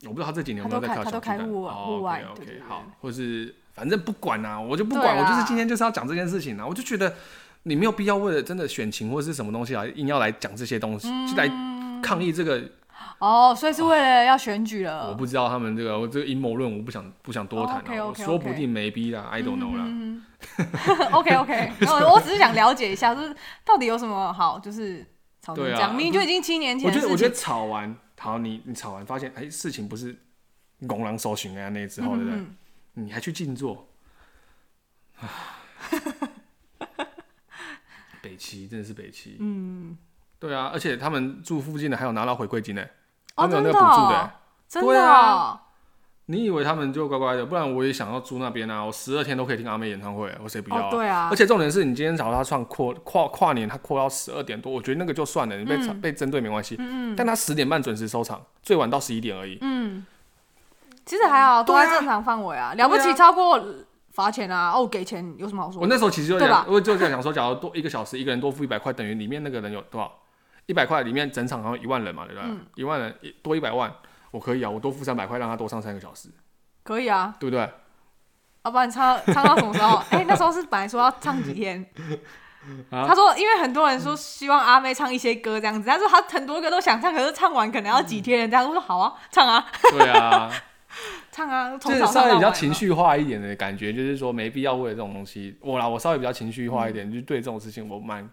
B: 我不知道他这几年有
A: 他都
B: 没有在
A: 开
B: 跳
A: 他
B: 小
A: 都
B: 巨
A: 开
B: 蛋。
A: 户外啊户外
B: o
A: 对
B: k
A: 对
B: OK，
A: 对
B: 好，或是反正不管啦、我就不
A: 对啊
B: 管，我
A: 啦
B: 就是今天就是要讲这件事情啦、啊我就觉得你没有必要为了真的选情或是什么东西来硬要来讲这些东西，
A: 嗯
B: 就来抗议这个。
A: 哦，所以是为了要选举
B: 我
A: 了，
B: 不知道他们这个我这个阴谋论，我不想不想多
A: 哦
B: 谈啊。
A: ，OK，OK，OK 嗯
B: 我说不定没逼啦，I don't know 啦。
A: [LAUGHS] OK
B: [LAUGHS]
A: OK，我哦我只是想了解一下，就是到底有什么好，就是吵成
B: 对啊
A: 这样，明明就已经七年前
B: 我
A: 的
B: 觉
A: 事
B: 得，
A: 情，
B: 我觉得吵完，好，你你吵完发现，哎、事情不是拱狼搜寻啊那之后，对不对？
A: 嗯
B: 你还去
A: [LAUGHS]
B: 静坐，唉北齐真的是北齐，
A: 嗯，
B: 对啊，而且他们住附近的还有拿到回馈金呢、他
A: 哦，
B: 们有
A: 真的
B: 那个补助的、
A: 哦，真
B: 对
A: 的哦
B: 啊，你以为他们就乖乖的，不然我也想要住那边啊！我十二天都可以听阿妹演唱会，我谁不
A: 哦，
B: 要、
A: 对啊
B: 而，且重点是你今天找他唱跨跨跨年，他跨到十二点多，我觉得那个就算了，你
A: 嗯
B: 被、被针对没关系。但他十点半准时收场，最晚到十一点而已。
A: 嗯，其实还好，都在
B: 对啊
A: 正常范围啊，了不
B: 对
A: 起
B: 啊
A: 超过罚钱啊，哦，给钱有什么好说
B: 我
A: 的？
B: 那时候其实就
A: 对吧
B: 想，我就在想说，假如多一个小时，一个人多付一百块，等于里面那个人有多少？一百块里面整场好像一万人嘛，对不对？
A: 嗯
B: 一、万人一多一百万，我可以啊，我多付三百块，让他多上三个小时，
A: 可以啊，
B: 对不对？
A: 要不然唱唱到什么时
B: [LAUGHS]
A: 候？哎、那时候是本来说要唱几天。他说，因为很多人说希望阿妹唱一些歌这样子，他说他很多歌都想唱，可是唱完可能要几天这样。我说好啊，唱啊，
B: 对啊，
A: 唱啊， [LAUGHS] 从
B: 就是
A: 早
B: 稍
A: 唱
B: 微
A: 到
B: 比较
A: 晚。
B: 情绪化一点的感觉，就是说没必要为了这种东西，我啦，我稍微比较情绪化一
A: 嗯
B: 点，就是对这种事情我蛮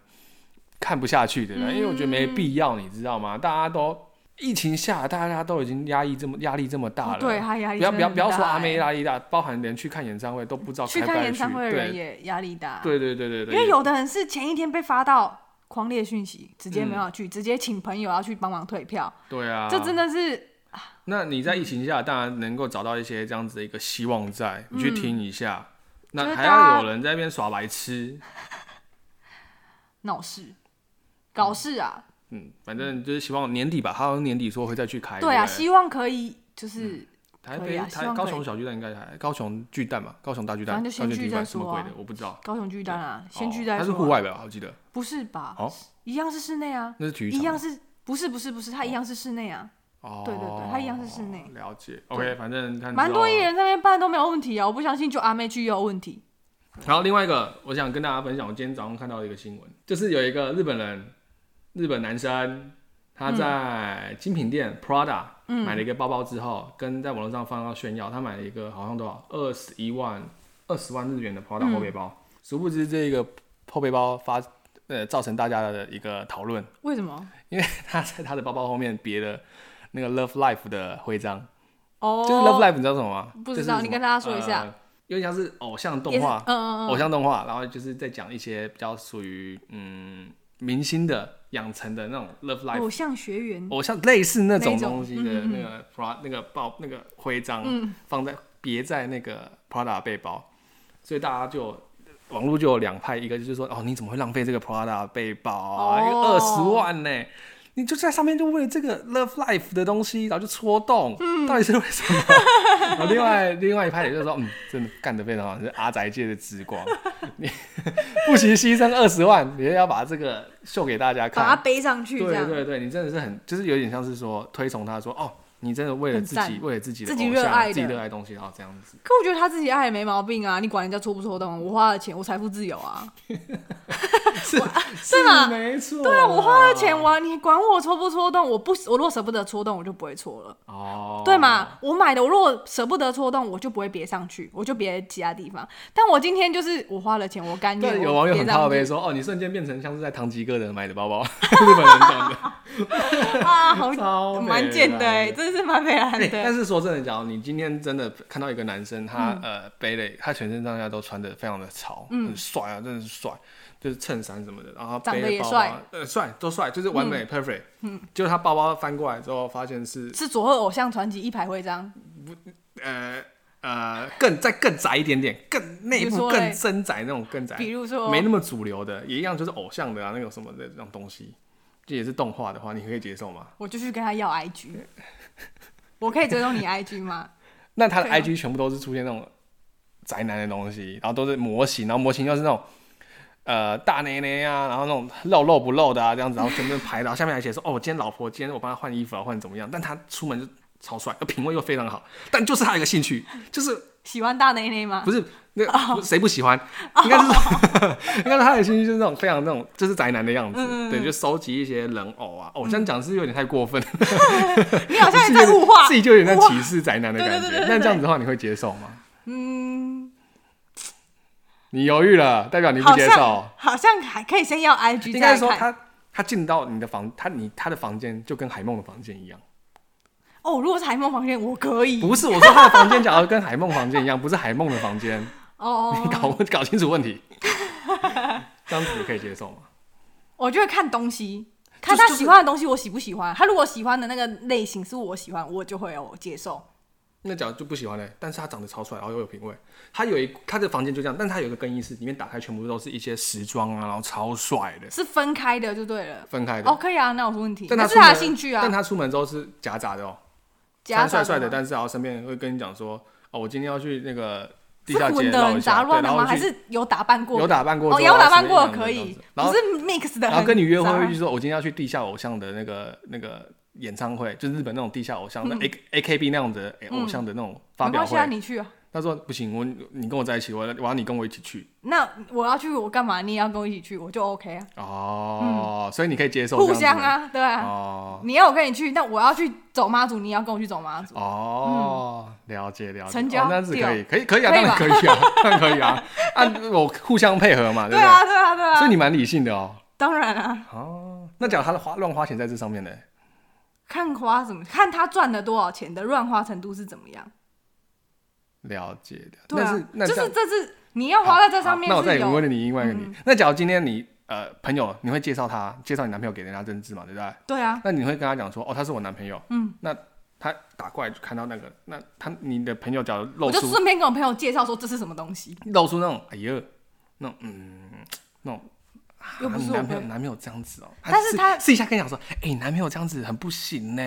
B: 看不下去的啦，因为我觉得
A: 嗯
B: 没必要，你知道吗？大家都疫情下，大家都已经压抑这么压力这么大
A: 哦
B: 了，
A: 对，他压力
B: 不要
A: 真
B: 不
A: 的
B: 要
A: 很
B: 不要说
A: 大
B: 阿妹
A: 欸
B: 压力大，包含连去看演唱会都不知道
A: 去
B: 开不
A: 看
B: 开
A: 演唱
B: 去
A: 会的人也压力大，
B: 对对对对对对，
A: 因为有的人是前一天被发到狂烈讯息，直接没有去，直接请朋友要去帮忙退票，
B: 对嗯啊，
A: 这真的嗯是
B: 那你在疫情下，当然能够找到一些这样子的一个希望在，你去
A: 嗯
B: 听一下。
A: 就是
B: 那还
A: 大家
B: 要有人在那边耍白痴，
A: 闹事、搞事啊！
B: 嗯，反正就是希望年底吧，他好像年底说会再去开。
A: 对啊，
B: 不
A: 希望可以就是。
B: 嗯台
A: 可以
B: 北、
A: 啊希
B: 台
A: 望
B: 高
A: 可以
B: 雄小巨蛋应该还，高雄巨蛋嘛，高雄大巨蛋，
A: 反正
B: 高
A: 就先
B: 雄
A: 去
B: 巨
A: 再
B: 蛋什么
A: 说啊
B: 鬼的，我不知道。
A: 高雄巨蛋啊，先巨蛋、
B: 哦它是户，外的，我记得
A: 不是吧？
B: 哦
A: 一样是室内啊，
B: 那是体育
A: 一
B: 场
A: 样
B: 吗。
A: 是不是不是不是，它一样是室内啊，
B: 哦，
A: 对对对它一样是室内
B: 了解，OK，反正看
A: 蛮
B: 之
A: 多
B: 后
A: 艺人在那边办都没有问题啊，我不相信就阿妹去也有问题。
B: 然后另外一个，我想跟大家分享，我今天早上看到一个新闻，就是有一个日本人，日本男生，他
A: 嗯
B: 在精品店 Prada 买了一个包包之后，跟在网络上放到炫耀，他买了一个好像多少二十一万、二十万日元的 Prada
A: 嗯
B: 后背包，殊不知这个后背包发呃造成大家的一个讨论，
A: 为什么？
B: 因为他在他的包包后面别了那个 Love Life 的徽章，
A: 哦，
B: 就是 Love Life 你知道什么吗？
A: 不知道
B: 就是什么
A: 你跟大家说一下
B: 呃有点像是偶像动
A: 也是
B: 画哦
A: 嗯，嗯
B: 偶
A: 嗯，
B: 像动画，然后就是在讲一些比较属于嗯明星的养成的那种 love 哦 life，、
A: 偶像学员，
B: 偶像类似那种
A: 那种嗯
B: 东西的那个 Prada 那个包那个徽章、放在别在那个 Prada 背包，所以大家就网络就有两派，一个就是说哦你怎么会浪费这个 Prada 背包啊，
A: 哦
B: 一个二十万呢、你就在上面就为了这个 love life 的东西，然后就戳动，
A: 嗯
B: 到底是为什么？ [LAUGHS] 然后另外另外一派也就是说，嗯，真的干得非常好，是阿宅界的之光，你 [LAUGHS] 不惜牺牲二十万，你也要把这个秀给大家看，
A: 把它背上去这
B: 对
A: 样，
B: 对对，你真的是很，就是有点像是说推崇他说，哦，你真的为了自
A: 很
B: 己，
A: 赞
B: 为了自己的
A: 自己
B: 偶
A: 热
B: 像
A: 爱的
B: 自己热爱的东西，然后这样子。
A: 可我觉得他自己爱也没毛病啊，你管人家戳不戳动？我花了钱，我财富自由啊。[LAUGHS]
B: 是
A: 对嘛
B: 没错。
A: 对啊，我花了钱，。我你管我戳不戳动？我不，我如果舍不得戳动，我就不会戳了。
B: 哦，
A: 对？嘛？我买的，我如果舍不得戳动，我就不会别上去，我就别其他地方。但我今天就是我花了钱，我甘愿
B: 对，有
A: 我
B: 网友
A: 别
B: 很
A: 上
B: 靠背
A: 去
B: 说，哦，你瞬间变成像是在唐吉诃德买的
A: [LAUGHS]
B: 包包，日本人讲的。
A: 啊，
B: 超
A: 好
B: 美
A: 蛮贱的
B: 啦
A: 欸，真的是蛮美兰
B: 哎但
A: 的。
B: 是说真的，假如你今天真的看到一
A: 嗯
B: 个男生，他呃背了，他全身上下都穿的非常的潮，很帅啊，真的是帅。就是衬衫什么的，然后
A: 长得
B: 背
A: 也
B: 包
A: 帅
B: 包，呃，帅都帅，就是完美、perfect。嗯，就是他包包翻过来之后，发现是
A: 是佐贺偶像团体一排徽章，
B: 呃呃更再更窄一点点，更内
A: 比如
B: 部
A: 说嘞
B: 更深窄那种更窄，
A: 比如说
B: 没那么主流的，也一样就是偶像的啊，那种什么的这种东西，这也是动画的话，你可以接受吗？
A: 我就去跟他要 IG，我可以追踪你 IG 吗？
B: 那他的
A: 对啊
B: IG 全部都是出现那种宅男的东西，然后都是模型，然后模型又是那种呃大内内啊，然后那种露露不露的啊这样子，然后全部拍到下面还写说哦，我今天老婆，今天我帮她换衣服啊，换怎么样？但他出门就超帅，品味又非常好，但就是他有一个兴趣，就是
A: 喜欢大内内吗
B: 不？是那
A: 哦
B: 不谁不喜欢？应该是说 [LAUGHS] 应该是他的兴趣就是那种非常那种就是宅男的样子，
A: 嗯
B: 对，就收集一些人偶啊。哦，这样讲是不是有点
A: [LAUGHS]
B: 太过分，
A: 你好像也
B: 自己有
A: 在
B: 点
A: 嗯物化
B: [LAUGHS] 自，己就有点
A: 物
B: 在
A: 化
B: 歧视宅男的
A: 对对
B: 感
A: 对对
B: 觉
A: 对。
B: 那这样子的话，你会接受吗？
A: 嗯，
B: 你犹豫了，代表你不
A: 好
B: 接
A: 像
B: 受。
A: 好像还可以先要 IG
B: 应
A: 再
B: 该说
A: 来看。
B: 他他进到你的房，他你他的房间就跟海梦的房间
A: [LAUGHS]
B: 一样，
A: 哦，如果是海梦房间，我可以。
B: 不是我说他的房间，假如跟海梦房间一样，不是海梦的房间，
A: 哦哦，
B: 你
A: 哦
B: 搞搞清楚问题，这样子你可以接受吗？
A: 我觉得看东西，
B: [LAUGHS]
A: 看
B: 就是
A: 他
B: 就是
A: 喜欢的东西，我喜不喜欢。他如果喜欢的那个类型是我喜欢，我就会有接受。
B: 那假如就不喜欢嘞，但是他长得超帅，然后又有品味。他有一他的房间就这样，但是他有一个更衣室，里面打开全部都是一些时装啊，然后超帅的，
A: 是分开的就对了。
B: 分开的。
A: 哦，可以啊，那有什么问题？
B: 但
A: 那
B: 他
A: 是
B: 出门
A: 他的兴趣啊
B: 但。他出门之后是夹杂的哦，
A: 夹
B: 穿
A: 杂
B: 帅帅的，
A: 吗
B: 但是然后身边会跟你讲说，哦，我今天要去那个地
A: 是
B: 下街
A: 混的
B: 绕
A: 很
B: 一下，
A: 杂乱
B: 对
A: 的
B: 然后
A: 吗？
B: 去
A: 还是有打扮过？
B: 有打扮过之后
A: 哦，有打扮过
B: 然后
A: 可以
B: 随便这样子，然
A: 不
B: 后
A: 是 mix 的。
B: 然后跟你约
A: 很杂啊
B: 会，就
A: 乱
B: 是说我今天要去地下偶像的那个那个演唱会，就是日本那种地下偶像，那 A A K B 那样的哎偶像的那种发
A: 嗯没
B: 表
A: 关系
B: 会。
A: 啊，你去啊。
B: 他说不行，我你跟我在一起，我要我要你跟我一起去。
A: 那我要去，我干嘛？你也要跟我一起去，我就 OK 啊，
B: 哦，所以你可以接受
A: 嗯互
B: 这样
A: 相
B: 子。
A: 啊，对啊。
B: 哦
A: 你要我跟你去，那我要去走妈祖，你也要跟我去走妈祖。
B: 哦，了解了解，
A: 成交
B: 哦那是
A: 对哦
B: 可以，可以可以啊，
A: 可以
B: 当然
A: 吧
B: 可以
A: [LAUGHS]
B: 啊，当然可以啊，按我互相配合嘛，
A: 对
B: 不对？
A: 啊，对啊，对
B: 所以
A: 啊。
B: 你蛮理性的哦。
A: 当然啊，
B: 哦，那假如他的花乱花钱在这上面呢？
A: 看花怎么看他赚了多少钱的乱花程度是怎么样？
B: 了解的，
A: 对
B: 那
A: 啊
B: 是，那
A: 就
B: 这
A: 是
B: 样
A: 这是你要花在这上面
B: 好那我
A: 是
B: 再
A: 有嗯
B: 问你另外一个你，那假如今天你呃朋友，你会介绍他，介绍你男朋友给人家认知嘛，对不对？
A: 对啊，
B: 那你会跟他讲说，哦，他是我男朋友，
A: 嗯，
B: 那他打过来就看到那个，那他你的朋友假如露
A: 我就
B: 出
A: 顺便跟我朋友介绍说这是什么东西，
B: 露出那种哎呦，那种嗯，那种啊
A: 又不是
B: 你
A: 我
B: 男朋友
A: 朋友
B: 男朋友这样子哦、
A: 但是他
B: 私底下跟你讲说，哎、你男朋友这样子很不行呢，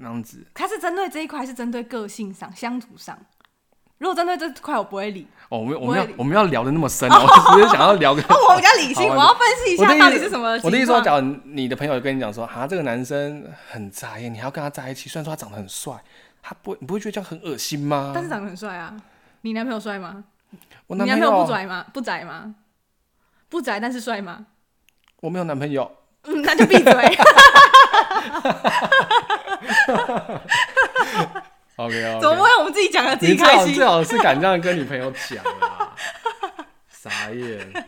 B: 那样子
A: 它是针对这一块，还是针对个性上、相处上。如果针对这块，我不会理。
B: 哦，我们我
A: 我
B: 们
A: 也
B: 要我们要聊的那么深哦、 [LAUGHS] 我只是想要聊个。
A: [LAUGHS] 哦， [LAUGHS] 我比较理性，
B: 好
A: 我
B: 啊
A: 要分析一
B: 我
A: 下
B: 的
A: 到
B: 意
A: 底
B: 思
A: 是什么
B: 我的
A: 情
B: 意思说，
A: 况。
B: 假如你的朋友跟你讲说，啊，这个男生很宅耶，你还要跟他在一起，虽然说他长得很帅，他不会，你不会觉得这样很恶心吗？
A: 但是长得很帅啊，你男朋友帅吗？
B: 我
A: 你
B: 男
A: 男
B: 友
A: 朋友不宅吗？不宅吗？不宅，但是帅吗？
B: 我没有男朋友，
A: 嗯，那就闭
B: [LAUGHS]
A: 嘴。
B: OK
A: 怎么
B: OK，
A: 会我们自己讲的自己
B: 你最
A: 开
B: 好
A: 心
B: 最？好是敢这样跟女朋友讲啦， [LAUGHS] 傻眼。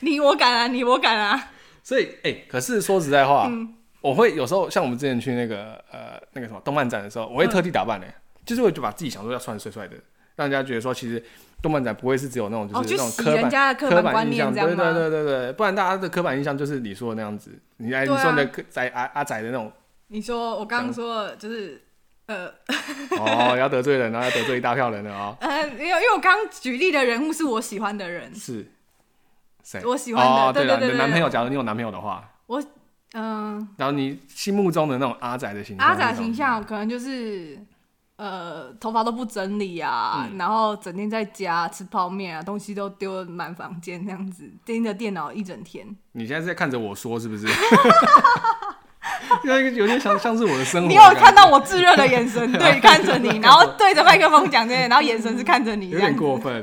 A: 你我敢啊，你我敢啊。
B: 所以，哎、可是说实在话，
A: 嗯
B: 我会有时候像我们之前去那个呃那个什么动漫展的时候，我会特地打扮的、欸
A: 嗯
B: 就是我就把自己想说要穿得帅帅的，让人家觉得说其实动漫展不会是只有那种
A: 哦
B: 就是那种
A: 去洗
B: 刻板、
A: 人家的刻
B: 刻
A: 板观
B: 印
A: 念
B: 象，
A: 这样
B: 对对
A: 吗
B: 对对对，不然大家的刻板印象就是你说的那样子，你哎、
A: 对啊
B: 你说的宅阿阿宅的那种，
A: 你说我刚刚说的就是呃
B: 哦
A: [LAUGHS]
B: 要得罪人，然后要得罪一大票人了啊、
A: 呃，因为因为我刚刚举例的人物是我喜欢的人，
B: 是谁？
A: 我喜欢的
B: 哦、
A: 对对
B: 啦
A: 对
B: 你的
A: 对
B: 男朋友，假如你有男朋友的话，
A: 我嗯。
B: 然后你心目中的那种阿宅的形象，
A: 阿仔形，象可能就是呃，头发都不整理啊，
B: 嗯
A: 然后整天在家吃泡面啊，东西都丢满房间这样子，盯着电脑一整天。
B: 你现在是在看着我说是不是？ [LAUGHS] 那个有点像像是我的生活，
A: 你有看到？我炙热的眼
B: [LAUGHS]
A: 神，对，看着你，然后对着麦克风讲这些，然后眼神是看着你
B: 有
A: 这样
B: 点
A: 子，
B: 过分。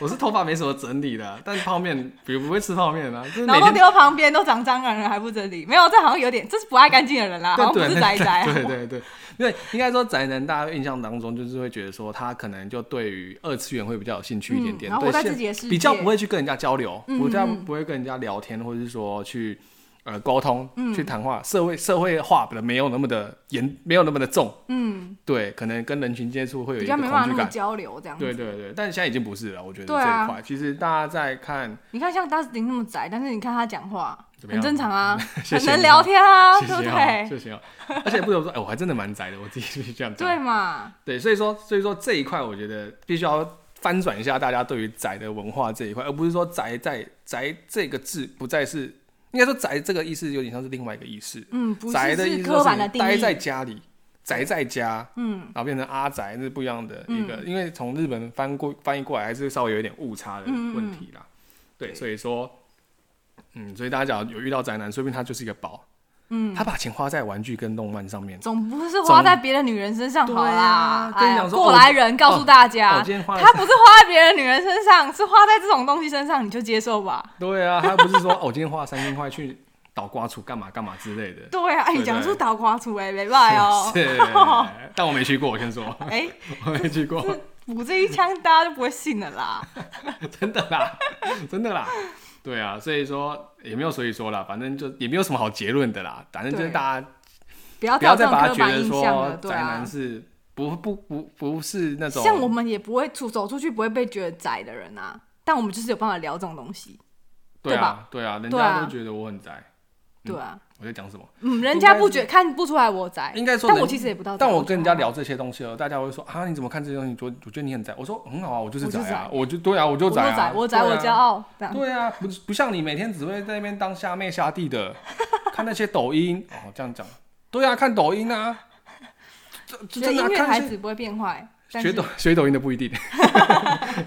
B: 我是头发没什么整理的，但泡面，比如不会吃泡面啊，就是
A: 然
B: 每
A: 后都
B: 天
A: 丢旁边，都长蟑螂了还不整理，没有，这好像有点，这是不爱干净的人啦， [LAUGHS] 好像不
B: 对
A: 是
B: 对
A: 宅宅、啊。
B: 对对对，因为应该说宅男，大家印象当中就是会觉得说他可能就对于二次元会比较有兴趣一点点，
A: 嗯然后活
B: 对
A: 在
B: 现
A: 自己的世界
B: 比较不会去跟人家交流，
A: 嗯
B: 不太
A: 嗯
B: 不会跟人家聊天，或者是说去呃沟通，去谈话，社会社会化的没有那么的严，没有那么的重，
A: 嗯，
B: 对，可能跟人群接触会有一
A: 比
B: 个
A: 较
B: 恐
A: 没办法
B: 惧
A: 那么
B: 感。
A: 交流这样子。
B: 对对对，但现在已经不是了，我觉得这
A: 对
B: 一
A: 啊哦
B: 块，其实大家在看，
A: 你看像达斯汀那么宅，但是你看他讲话
B: 怎么
A: 很
B: 样
A: 正常啊，
B: [LAUGHS] 谢
A: 很
B: 谢
A: 能
B: 你
A: 聊天啊，
B: 谢
A: 对不
B: 谢啊，
A: 对？[LAUGHS]
B: 谢谢啊，而且不得不说，哎、我还真的蛮宅的，我自己就是这样讲。
A: 对嘛，
B: 对，所以说所以说这一块，我觉得必须要翻转一下大家对于宅的文化这一块，而不是说宅在宅这个字不再是，应该说宅这个意思有点像是另外一个意思。
A: 嗯，不
B: 宅
A: 是
B: 的意
A: 是
B: 思
A: 刻
B: 就是
A: 板的
B: 你
A: 定义，
B: 待在家里，宅在家，
A: 嗯，
B: 然后变成阿宅，那是不一样的一个，因为从日本翻过翻译过来，还是稍微有一点误差的
A: 嗯嗯嗯
B: 问题啦。对，
A: 对
B: 所以说，嗯，所以大家讲有遇到宅男，说不定他就是一个宝，
A: 嗯，
B: 他把钱花在玩具跟动漫上面。
A: 总不是
B: 总
A: 花在别的女人身上好啦。
B: 对啊跟你
A: 哎呀
B: 讲说
A: 过
B: 哦
A: 来人告诉大家，
B: 哦我今天花了
A: 啊他不是花在别的女人身上，是花在这种东西身上，你就接受吧。
B: [LAUGHS] 对啊，他不是说哦，我今天花了三千块去倒瓜厨干嘛干嘛之类的。
A: 对啊，哎，
B: 对
A: 你讲
B: 对
A: 出倒瓜出哎，没办法哦。
B: [LAUGHS] 是，但我没去过，我
A: [LAUGHS]
B: 先说，
A: 哎，
B: 我没去过，
A: 补这一枪大家就不会信了啦。
B: 真的啦，真的啦。对啊，所以说也没有所以说啦，反正就也没有什么好结论的啦，反正就是
A: 对
B: 大家
A: [LAUGHS] 不要
B: 不
A: 造
B: 要
A: 这
B: 再
A: 种
B: 把它
A: 刻
B: 觉
A: 板
B: 得
A: 印
B: 说
A: 象了，对
B: 宅
A: 啊
B: 男。是不不不不是那种
A: 像我们也不会出走出去不会被觉得宅的人啊，但我们就是有办法聊这种东西，
B: 对
A: 对
B: 啊
A: 吧
B: 对啊，人
A: 对
B: 家
A: 啊
B: 都觉得我很宅，
A: 对啊，
B: 我在讲什么？
A: 嗯，人
B: 应
A: 家
B: 该
A: 不
B: 是
A: 觉看不出来我宅，
B: 应该说
A: 但
B: 人
A: 我其实也不到宅，啊
B: 但我跟
A: 觉
B: 人
A: 得
B: 家
A: 还好
B: 聊这些东西了，大家会说啊，你怎么看这些东西？我我觉得你很宅。我说很好啊，我就是
A: 我
B: 宅
A: 就
B: 啊，我就对啊，我就
A: 我就
B: 宅啊
A: 宅，，我宅，
B: 对
A: 我
B: 啊
A: 骄傲，这样
B: 对啊，不是不像你每天只会在那边当下妹下
A: [LAUGHS]
B: 弟的，看那些抖音哦，这样讲。对啊，看抖音啊，这这
A: 所以
B: 真
A: 音
B: 的、啊、
A: 乐
B: 看
A: 孩
B: 一些
A: 子不会变坏，但
B: 学
A: 是
B: 抖学抖音的不一定， [LAUGHS]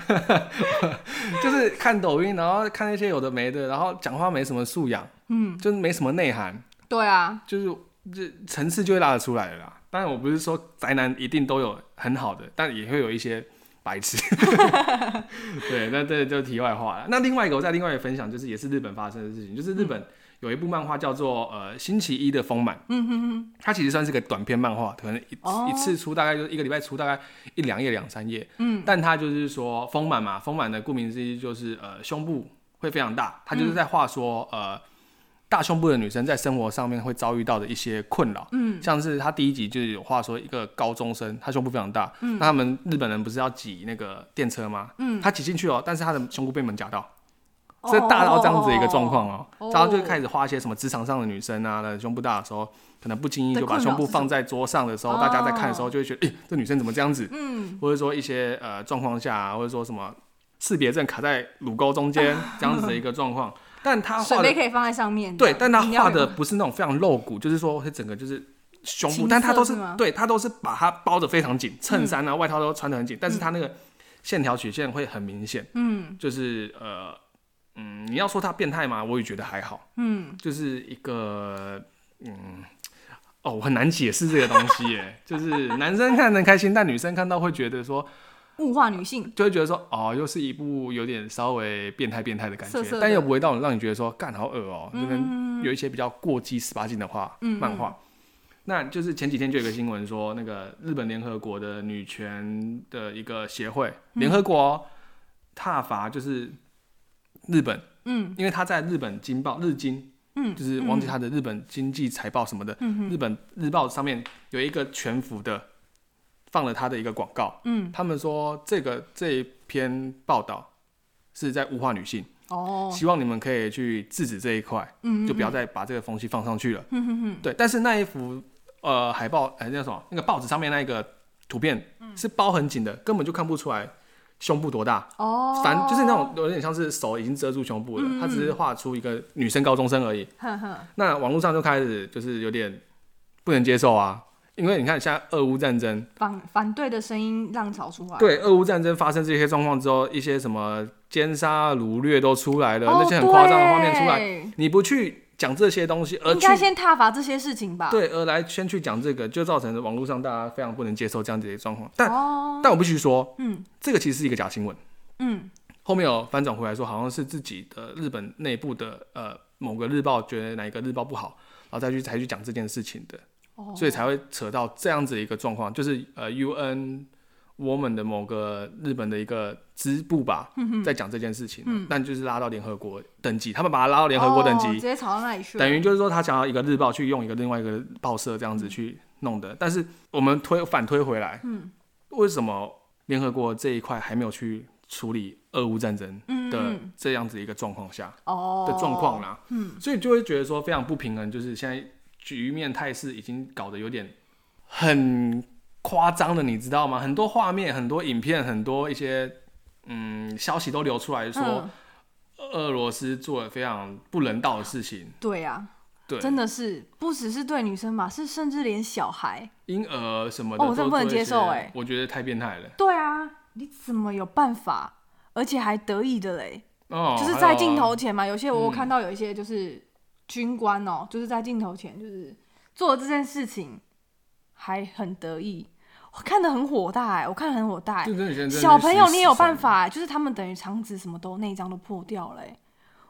B: 就是看抖音，然后看那些有的没的，然后讲话没什么素养，
A: 嗯，
B: 就是没什么内涵，
A: 对啊，
B: 就是这层次就会拉得出来了啦。当然，我不是说宅男一定都有很好的，但也会有一些白
A: [LAUGHS]
B: 痴。对，那这就题外话了。那另外一个，我再另外一个分享，就是也是日本发生的事情，就是日本有一部漫画叫做呃星期一的丰满，
A: 嗯哼哼，
B: 它其实算是个短篇漫画，可能一、
A: 哦
B: 一次出大概就一个礼拜出大概一两页、两三页。
A: 嗯，
B: 但它就是说丰满嘛，丰满的顾名思义就是呃胸部会非常大，它就是
A: 嗯
B: 在话说、呃大胸部的女生在生活上面会遭遇到的一些困扰。
A: 嗯，
B: 像是他第一集就是有话说一个高中生，他胸部非常大，那他们日本人不是要挤那个电车吗？
A: 嗯
B: 他挤进去哦，但是他的胸部被门夹到，
A: 哦
B: 这大到这样子的一个状况哦，
A: 哦
B: 然后就开始画一些什么职场上的女生啊，那胸部大的时候，可能不经意
A: 的
B: 就把
A: 困扰
B: 胸部
A: 是什么
B: 放在桌上的时候，
A: 哦
B: 大家在看的时候就会觉得，诶，这女生怎么这样子？
A: 嗯，
B: 或者说一些呃状况下、啊，或者说什么识别症卡在乳沟
A: [LAUGHS]
B: 中间这样子的一个状况，但他
A: 哦水
B: 画的
A: 杯可以放在上面，
B: 对，但他
A: 饮料
B: 画
A: 可以
B: 的不是那种非常露骨，就是说会整个就是胸
A: 青色
B: 部，但他都是
A: 是吗嗯
B: 对他都是把它包的非常紧，衬衫啊、外套都穿的很紧，但是他那个线条曲线会很明显，
A: 嗯
B: 就是呃嗯，你要说他变态吗？我也觉得还好，
A: 嗯，
B: 就是一个嗯。哦，我很难解释这个东西耶，就是男生看能开心，但女生看到会觉得说，
A: 物化女性，
B: 就会觉得说，哦，又是一部有点稍微变态变态的感觉，
A: 色色的
B: 但又不会让让你觉得说，干好恶哦、就跟
A: 嗯
B: 有一些比较过激十八禁的话，
A: 嗯
B: 漫画。那就是前几天就有一个新闻说，那个日本联合国的女权的一个协会，
A: 嗯
B: 联合国哦挞伐就是日本，
A: 嗯
B: 因为他在日本经报日经，
A: 嗯，
B: 就是忘记他的日本经济财报什么的，
A: 嗯
B: 日本日报上面有一个全幅的放了他的一个广告，
A: 嗯
B: 他们说这个这一篇报道是在物化女性，
A: 哦，
B: 希望你们可以去制止这一块。
A: 嗯，
B: 就不要再把这个风气放上去了。
A: 嗯哼哼，
B: 对，但是那一幅呃海报，哎、那叫什么？那个报纸上面那一个图片
A: 嗯
B: 是包很紧的，根本就看不出来胸部多大。
A: 哦，嗯
B: 反就是那种，有点像是手已经遮住胸部了，他只是画出一个女生高中生而已。
A: 哼哼，
B: 那网络上就开始就是有点不能接受啊，因为你看现在俄乌战争，
A: 反反对的声音浪潮出来，
B: 对俄乌战争发生这些状况之后，一些什么奸杀、掳掠都出来了，
A: 哦，
B: 那些很夸张的画面出来，
A: 来，
B: 你不去讲这些东西，而
A: 应
B: 去
A: 该先挞伐这些事情吧，，
B: 对，而来先去讲这个，就造成网络上大家非常不能接受这样子的一个状况。但、
A: 哦，
B: 但我必须说，
A: 嗯
B: 这个其实是一个假新闻。
A: 嗯
B: 后面有翻转回来说，好像是自己的日本内部的呃某个日报觉得哪一个日报不好，然后再去才去讲这件事情的，
A: 哦，
B: 所以才会扯到这样子一个状况，就是呃 UN Woman 的某个日本的一个支部吧，在讲这件事情，但就是拉到联合国等级，他们把它拉到联合国等级
A: 哦、直，接炒到那里去了。
B: 等于就是说他想要一个日报去用一个另外一个报社这样子去弄的，但是我们推反推回来，嗯，为什么联合国这一块还没有去处理俄乌战争
A: 嗯
B: 的
A: 嗯嗯
B: 这样子一个状况下
A: 哦
B: 的状况啦，嗯，所以就会觉得说非常不平衡，就是现在局面态势已经搞得有点很夸张了，你知道吗？很多画面、很多影片、很多一些嗯消息都流出来说
A: 嗯，
B: 俄罗斯做了非常不人道的事情。
A: 对呀、
B: 对，
A: 真的是不只是对女生嘛，是甚至连小孩。
B: 婴儿什么的，
A: 哦我真的不能接受
B: 哎、
A: 欸
B: 我觉得太变态了。
A: 对啊，你怎么有办法？而且还得意的嘞，
B: 哦，
A: 就是
B: 还
A: 在
B: 有
A: 镜头前嘛。有些我有
B: 嗯
A: 看到有一些就是军官哦、就是在镜头前就是做这件事情还很得意，我看得很火大哎、我看得很火大、欸
B: 这。啊真的真的
A: 小朋友你也有办
B: 法，
A: 法、就是他们等于肠子什么都内脏都破掉了、欸，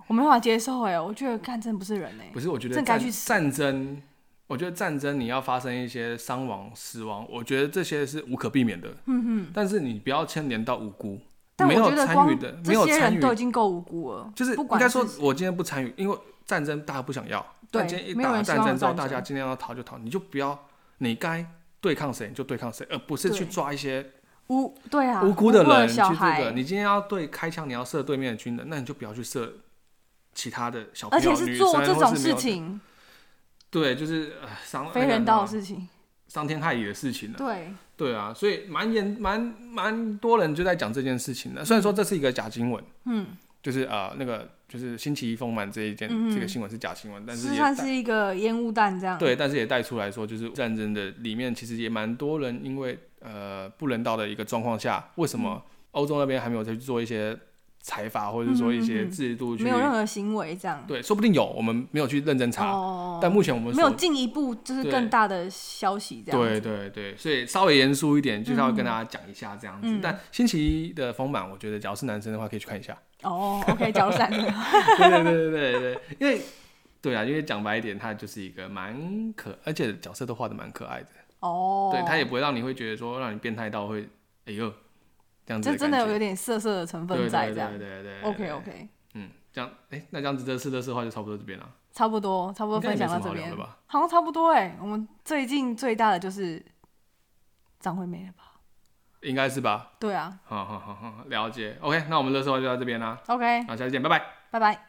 A: 我没办法接受哎、我觉得看真的不是人哎、
B: 不是？我觉得
A: 这该
B: 战
A: 去死
B: 战争，我觉得战争你要发生一些伤亡、死亡，我觉得这些是无可避免的。嗯哼，但是你不要牵连到无辜，
A: 但我
B: 没有
A: 觉得
B: 参
A: 光
B: 与的，没
A: 这
B: 有
A: 些
B: 参与
A: 人都已经够无辜了，
B: 就是
A: 不
B: 应
A: 管
B: 该
A: 是
B: 说，我今天不参与，因为战争大家不想要。
A: 对
B: 但今天一
A: 没有
B: 打
A: 人希望
B: 战争之后，
A: 有战
B: 大
A: 争
B: 家尽量要逃就逃，你就不要，你该对抗谁你就对抗谁，而不是去
A: 对
B: 抓一些
A: 无对啊，
B: 无辜的人去
A: 小
B: 这
A: 孩
B: 个，，你今天要对开枪，你要射对面的军人，那你就不要去射其他的小朋
A: 而
B: 友、
A: 且
B: 女
A: 是
B: 生
A: 做这种事，
B: 或是没有
A: 情，
B: 对，就是呃伤
A: 非人道的、
B: 那个
A: 事情，
B: 伤天害理的事情了、
A: 对，
B: 对啊，所以蛮严蛮蛮多人就在讲这件事情的。虽然说这是一个假新闻，
A: 嗯，
B: 就是呃那个就是星期一丰满这一件、
A: 嗯嗯
B: 这个新闻是假新闻，但是
A: 是
B: 也
A: 算
B: 带
A: 是一个烟雾弹这样，
B: 对，但是也带出来说，就是战争的里面，其实也蛮多人因为呃不人道的一个状况下，为什
A: 嗯
B: 么欧洲那边还没有再去做一些裁罚，或者说一
A: 嗯嗯
B: 些
A: 嗯嗯
B: 制度去？
A: 没有任何行为这样，
B: 对，说不定有，我们没有去认真查，
A: 哦，
B: 但目前我们
A: 没有
B: 所
A: 进一步就是
B: 对
A: 更大的消息这样子，
B: 对对对，所以稍微严肃一点，就是要跟大家讲一下这样子。
A: 嗯
B: 但星期一的丰满，我觉得只要是男生的话，可以去看一下。 [LAUGHS]
A: 哦，OK，角闪的，
B: 对对对对对对，因为对啊，因为讲白一点，他就是一个蛮可，而且角色都画的蛮可爱的。
A: 哦，
B: 对他也不会让你会觉得说让你变态到会哎呦这样子
A: 这真的
B: 感觉
A: 有有点色色的成
B: 对
A: 分在这样
B: 对对对对
A: o k OK，
B: 嗯，这样哎、那这样子这次的事话就差不多这边了，
A: 差不多，差不多
B: 应该也
A: 分
B: 没
A: 享到
B: 什么
A: 这
B: 好聊
A: 边
B: 的，吧？
A: 好像差不多哎、我们最近最大的就是张惠妹了吧？
B: 应该是吧？
A: 对啊
B: 好好好好，了解。OK，那我们的事话就到这边啦，
A: ，OK，
B: 那下次见，拜拜。
A: 拜拜。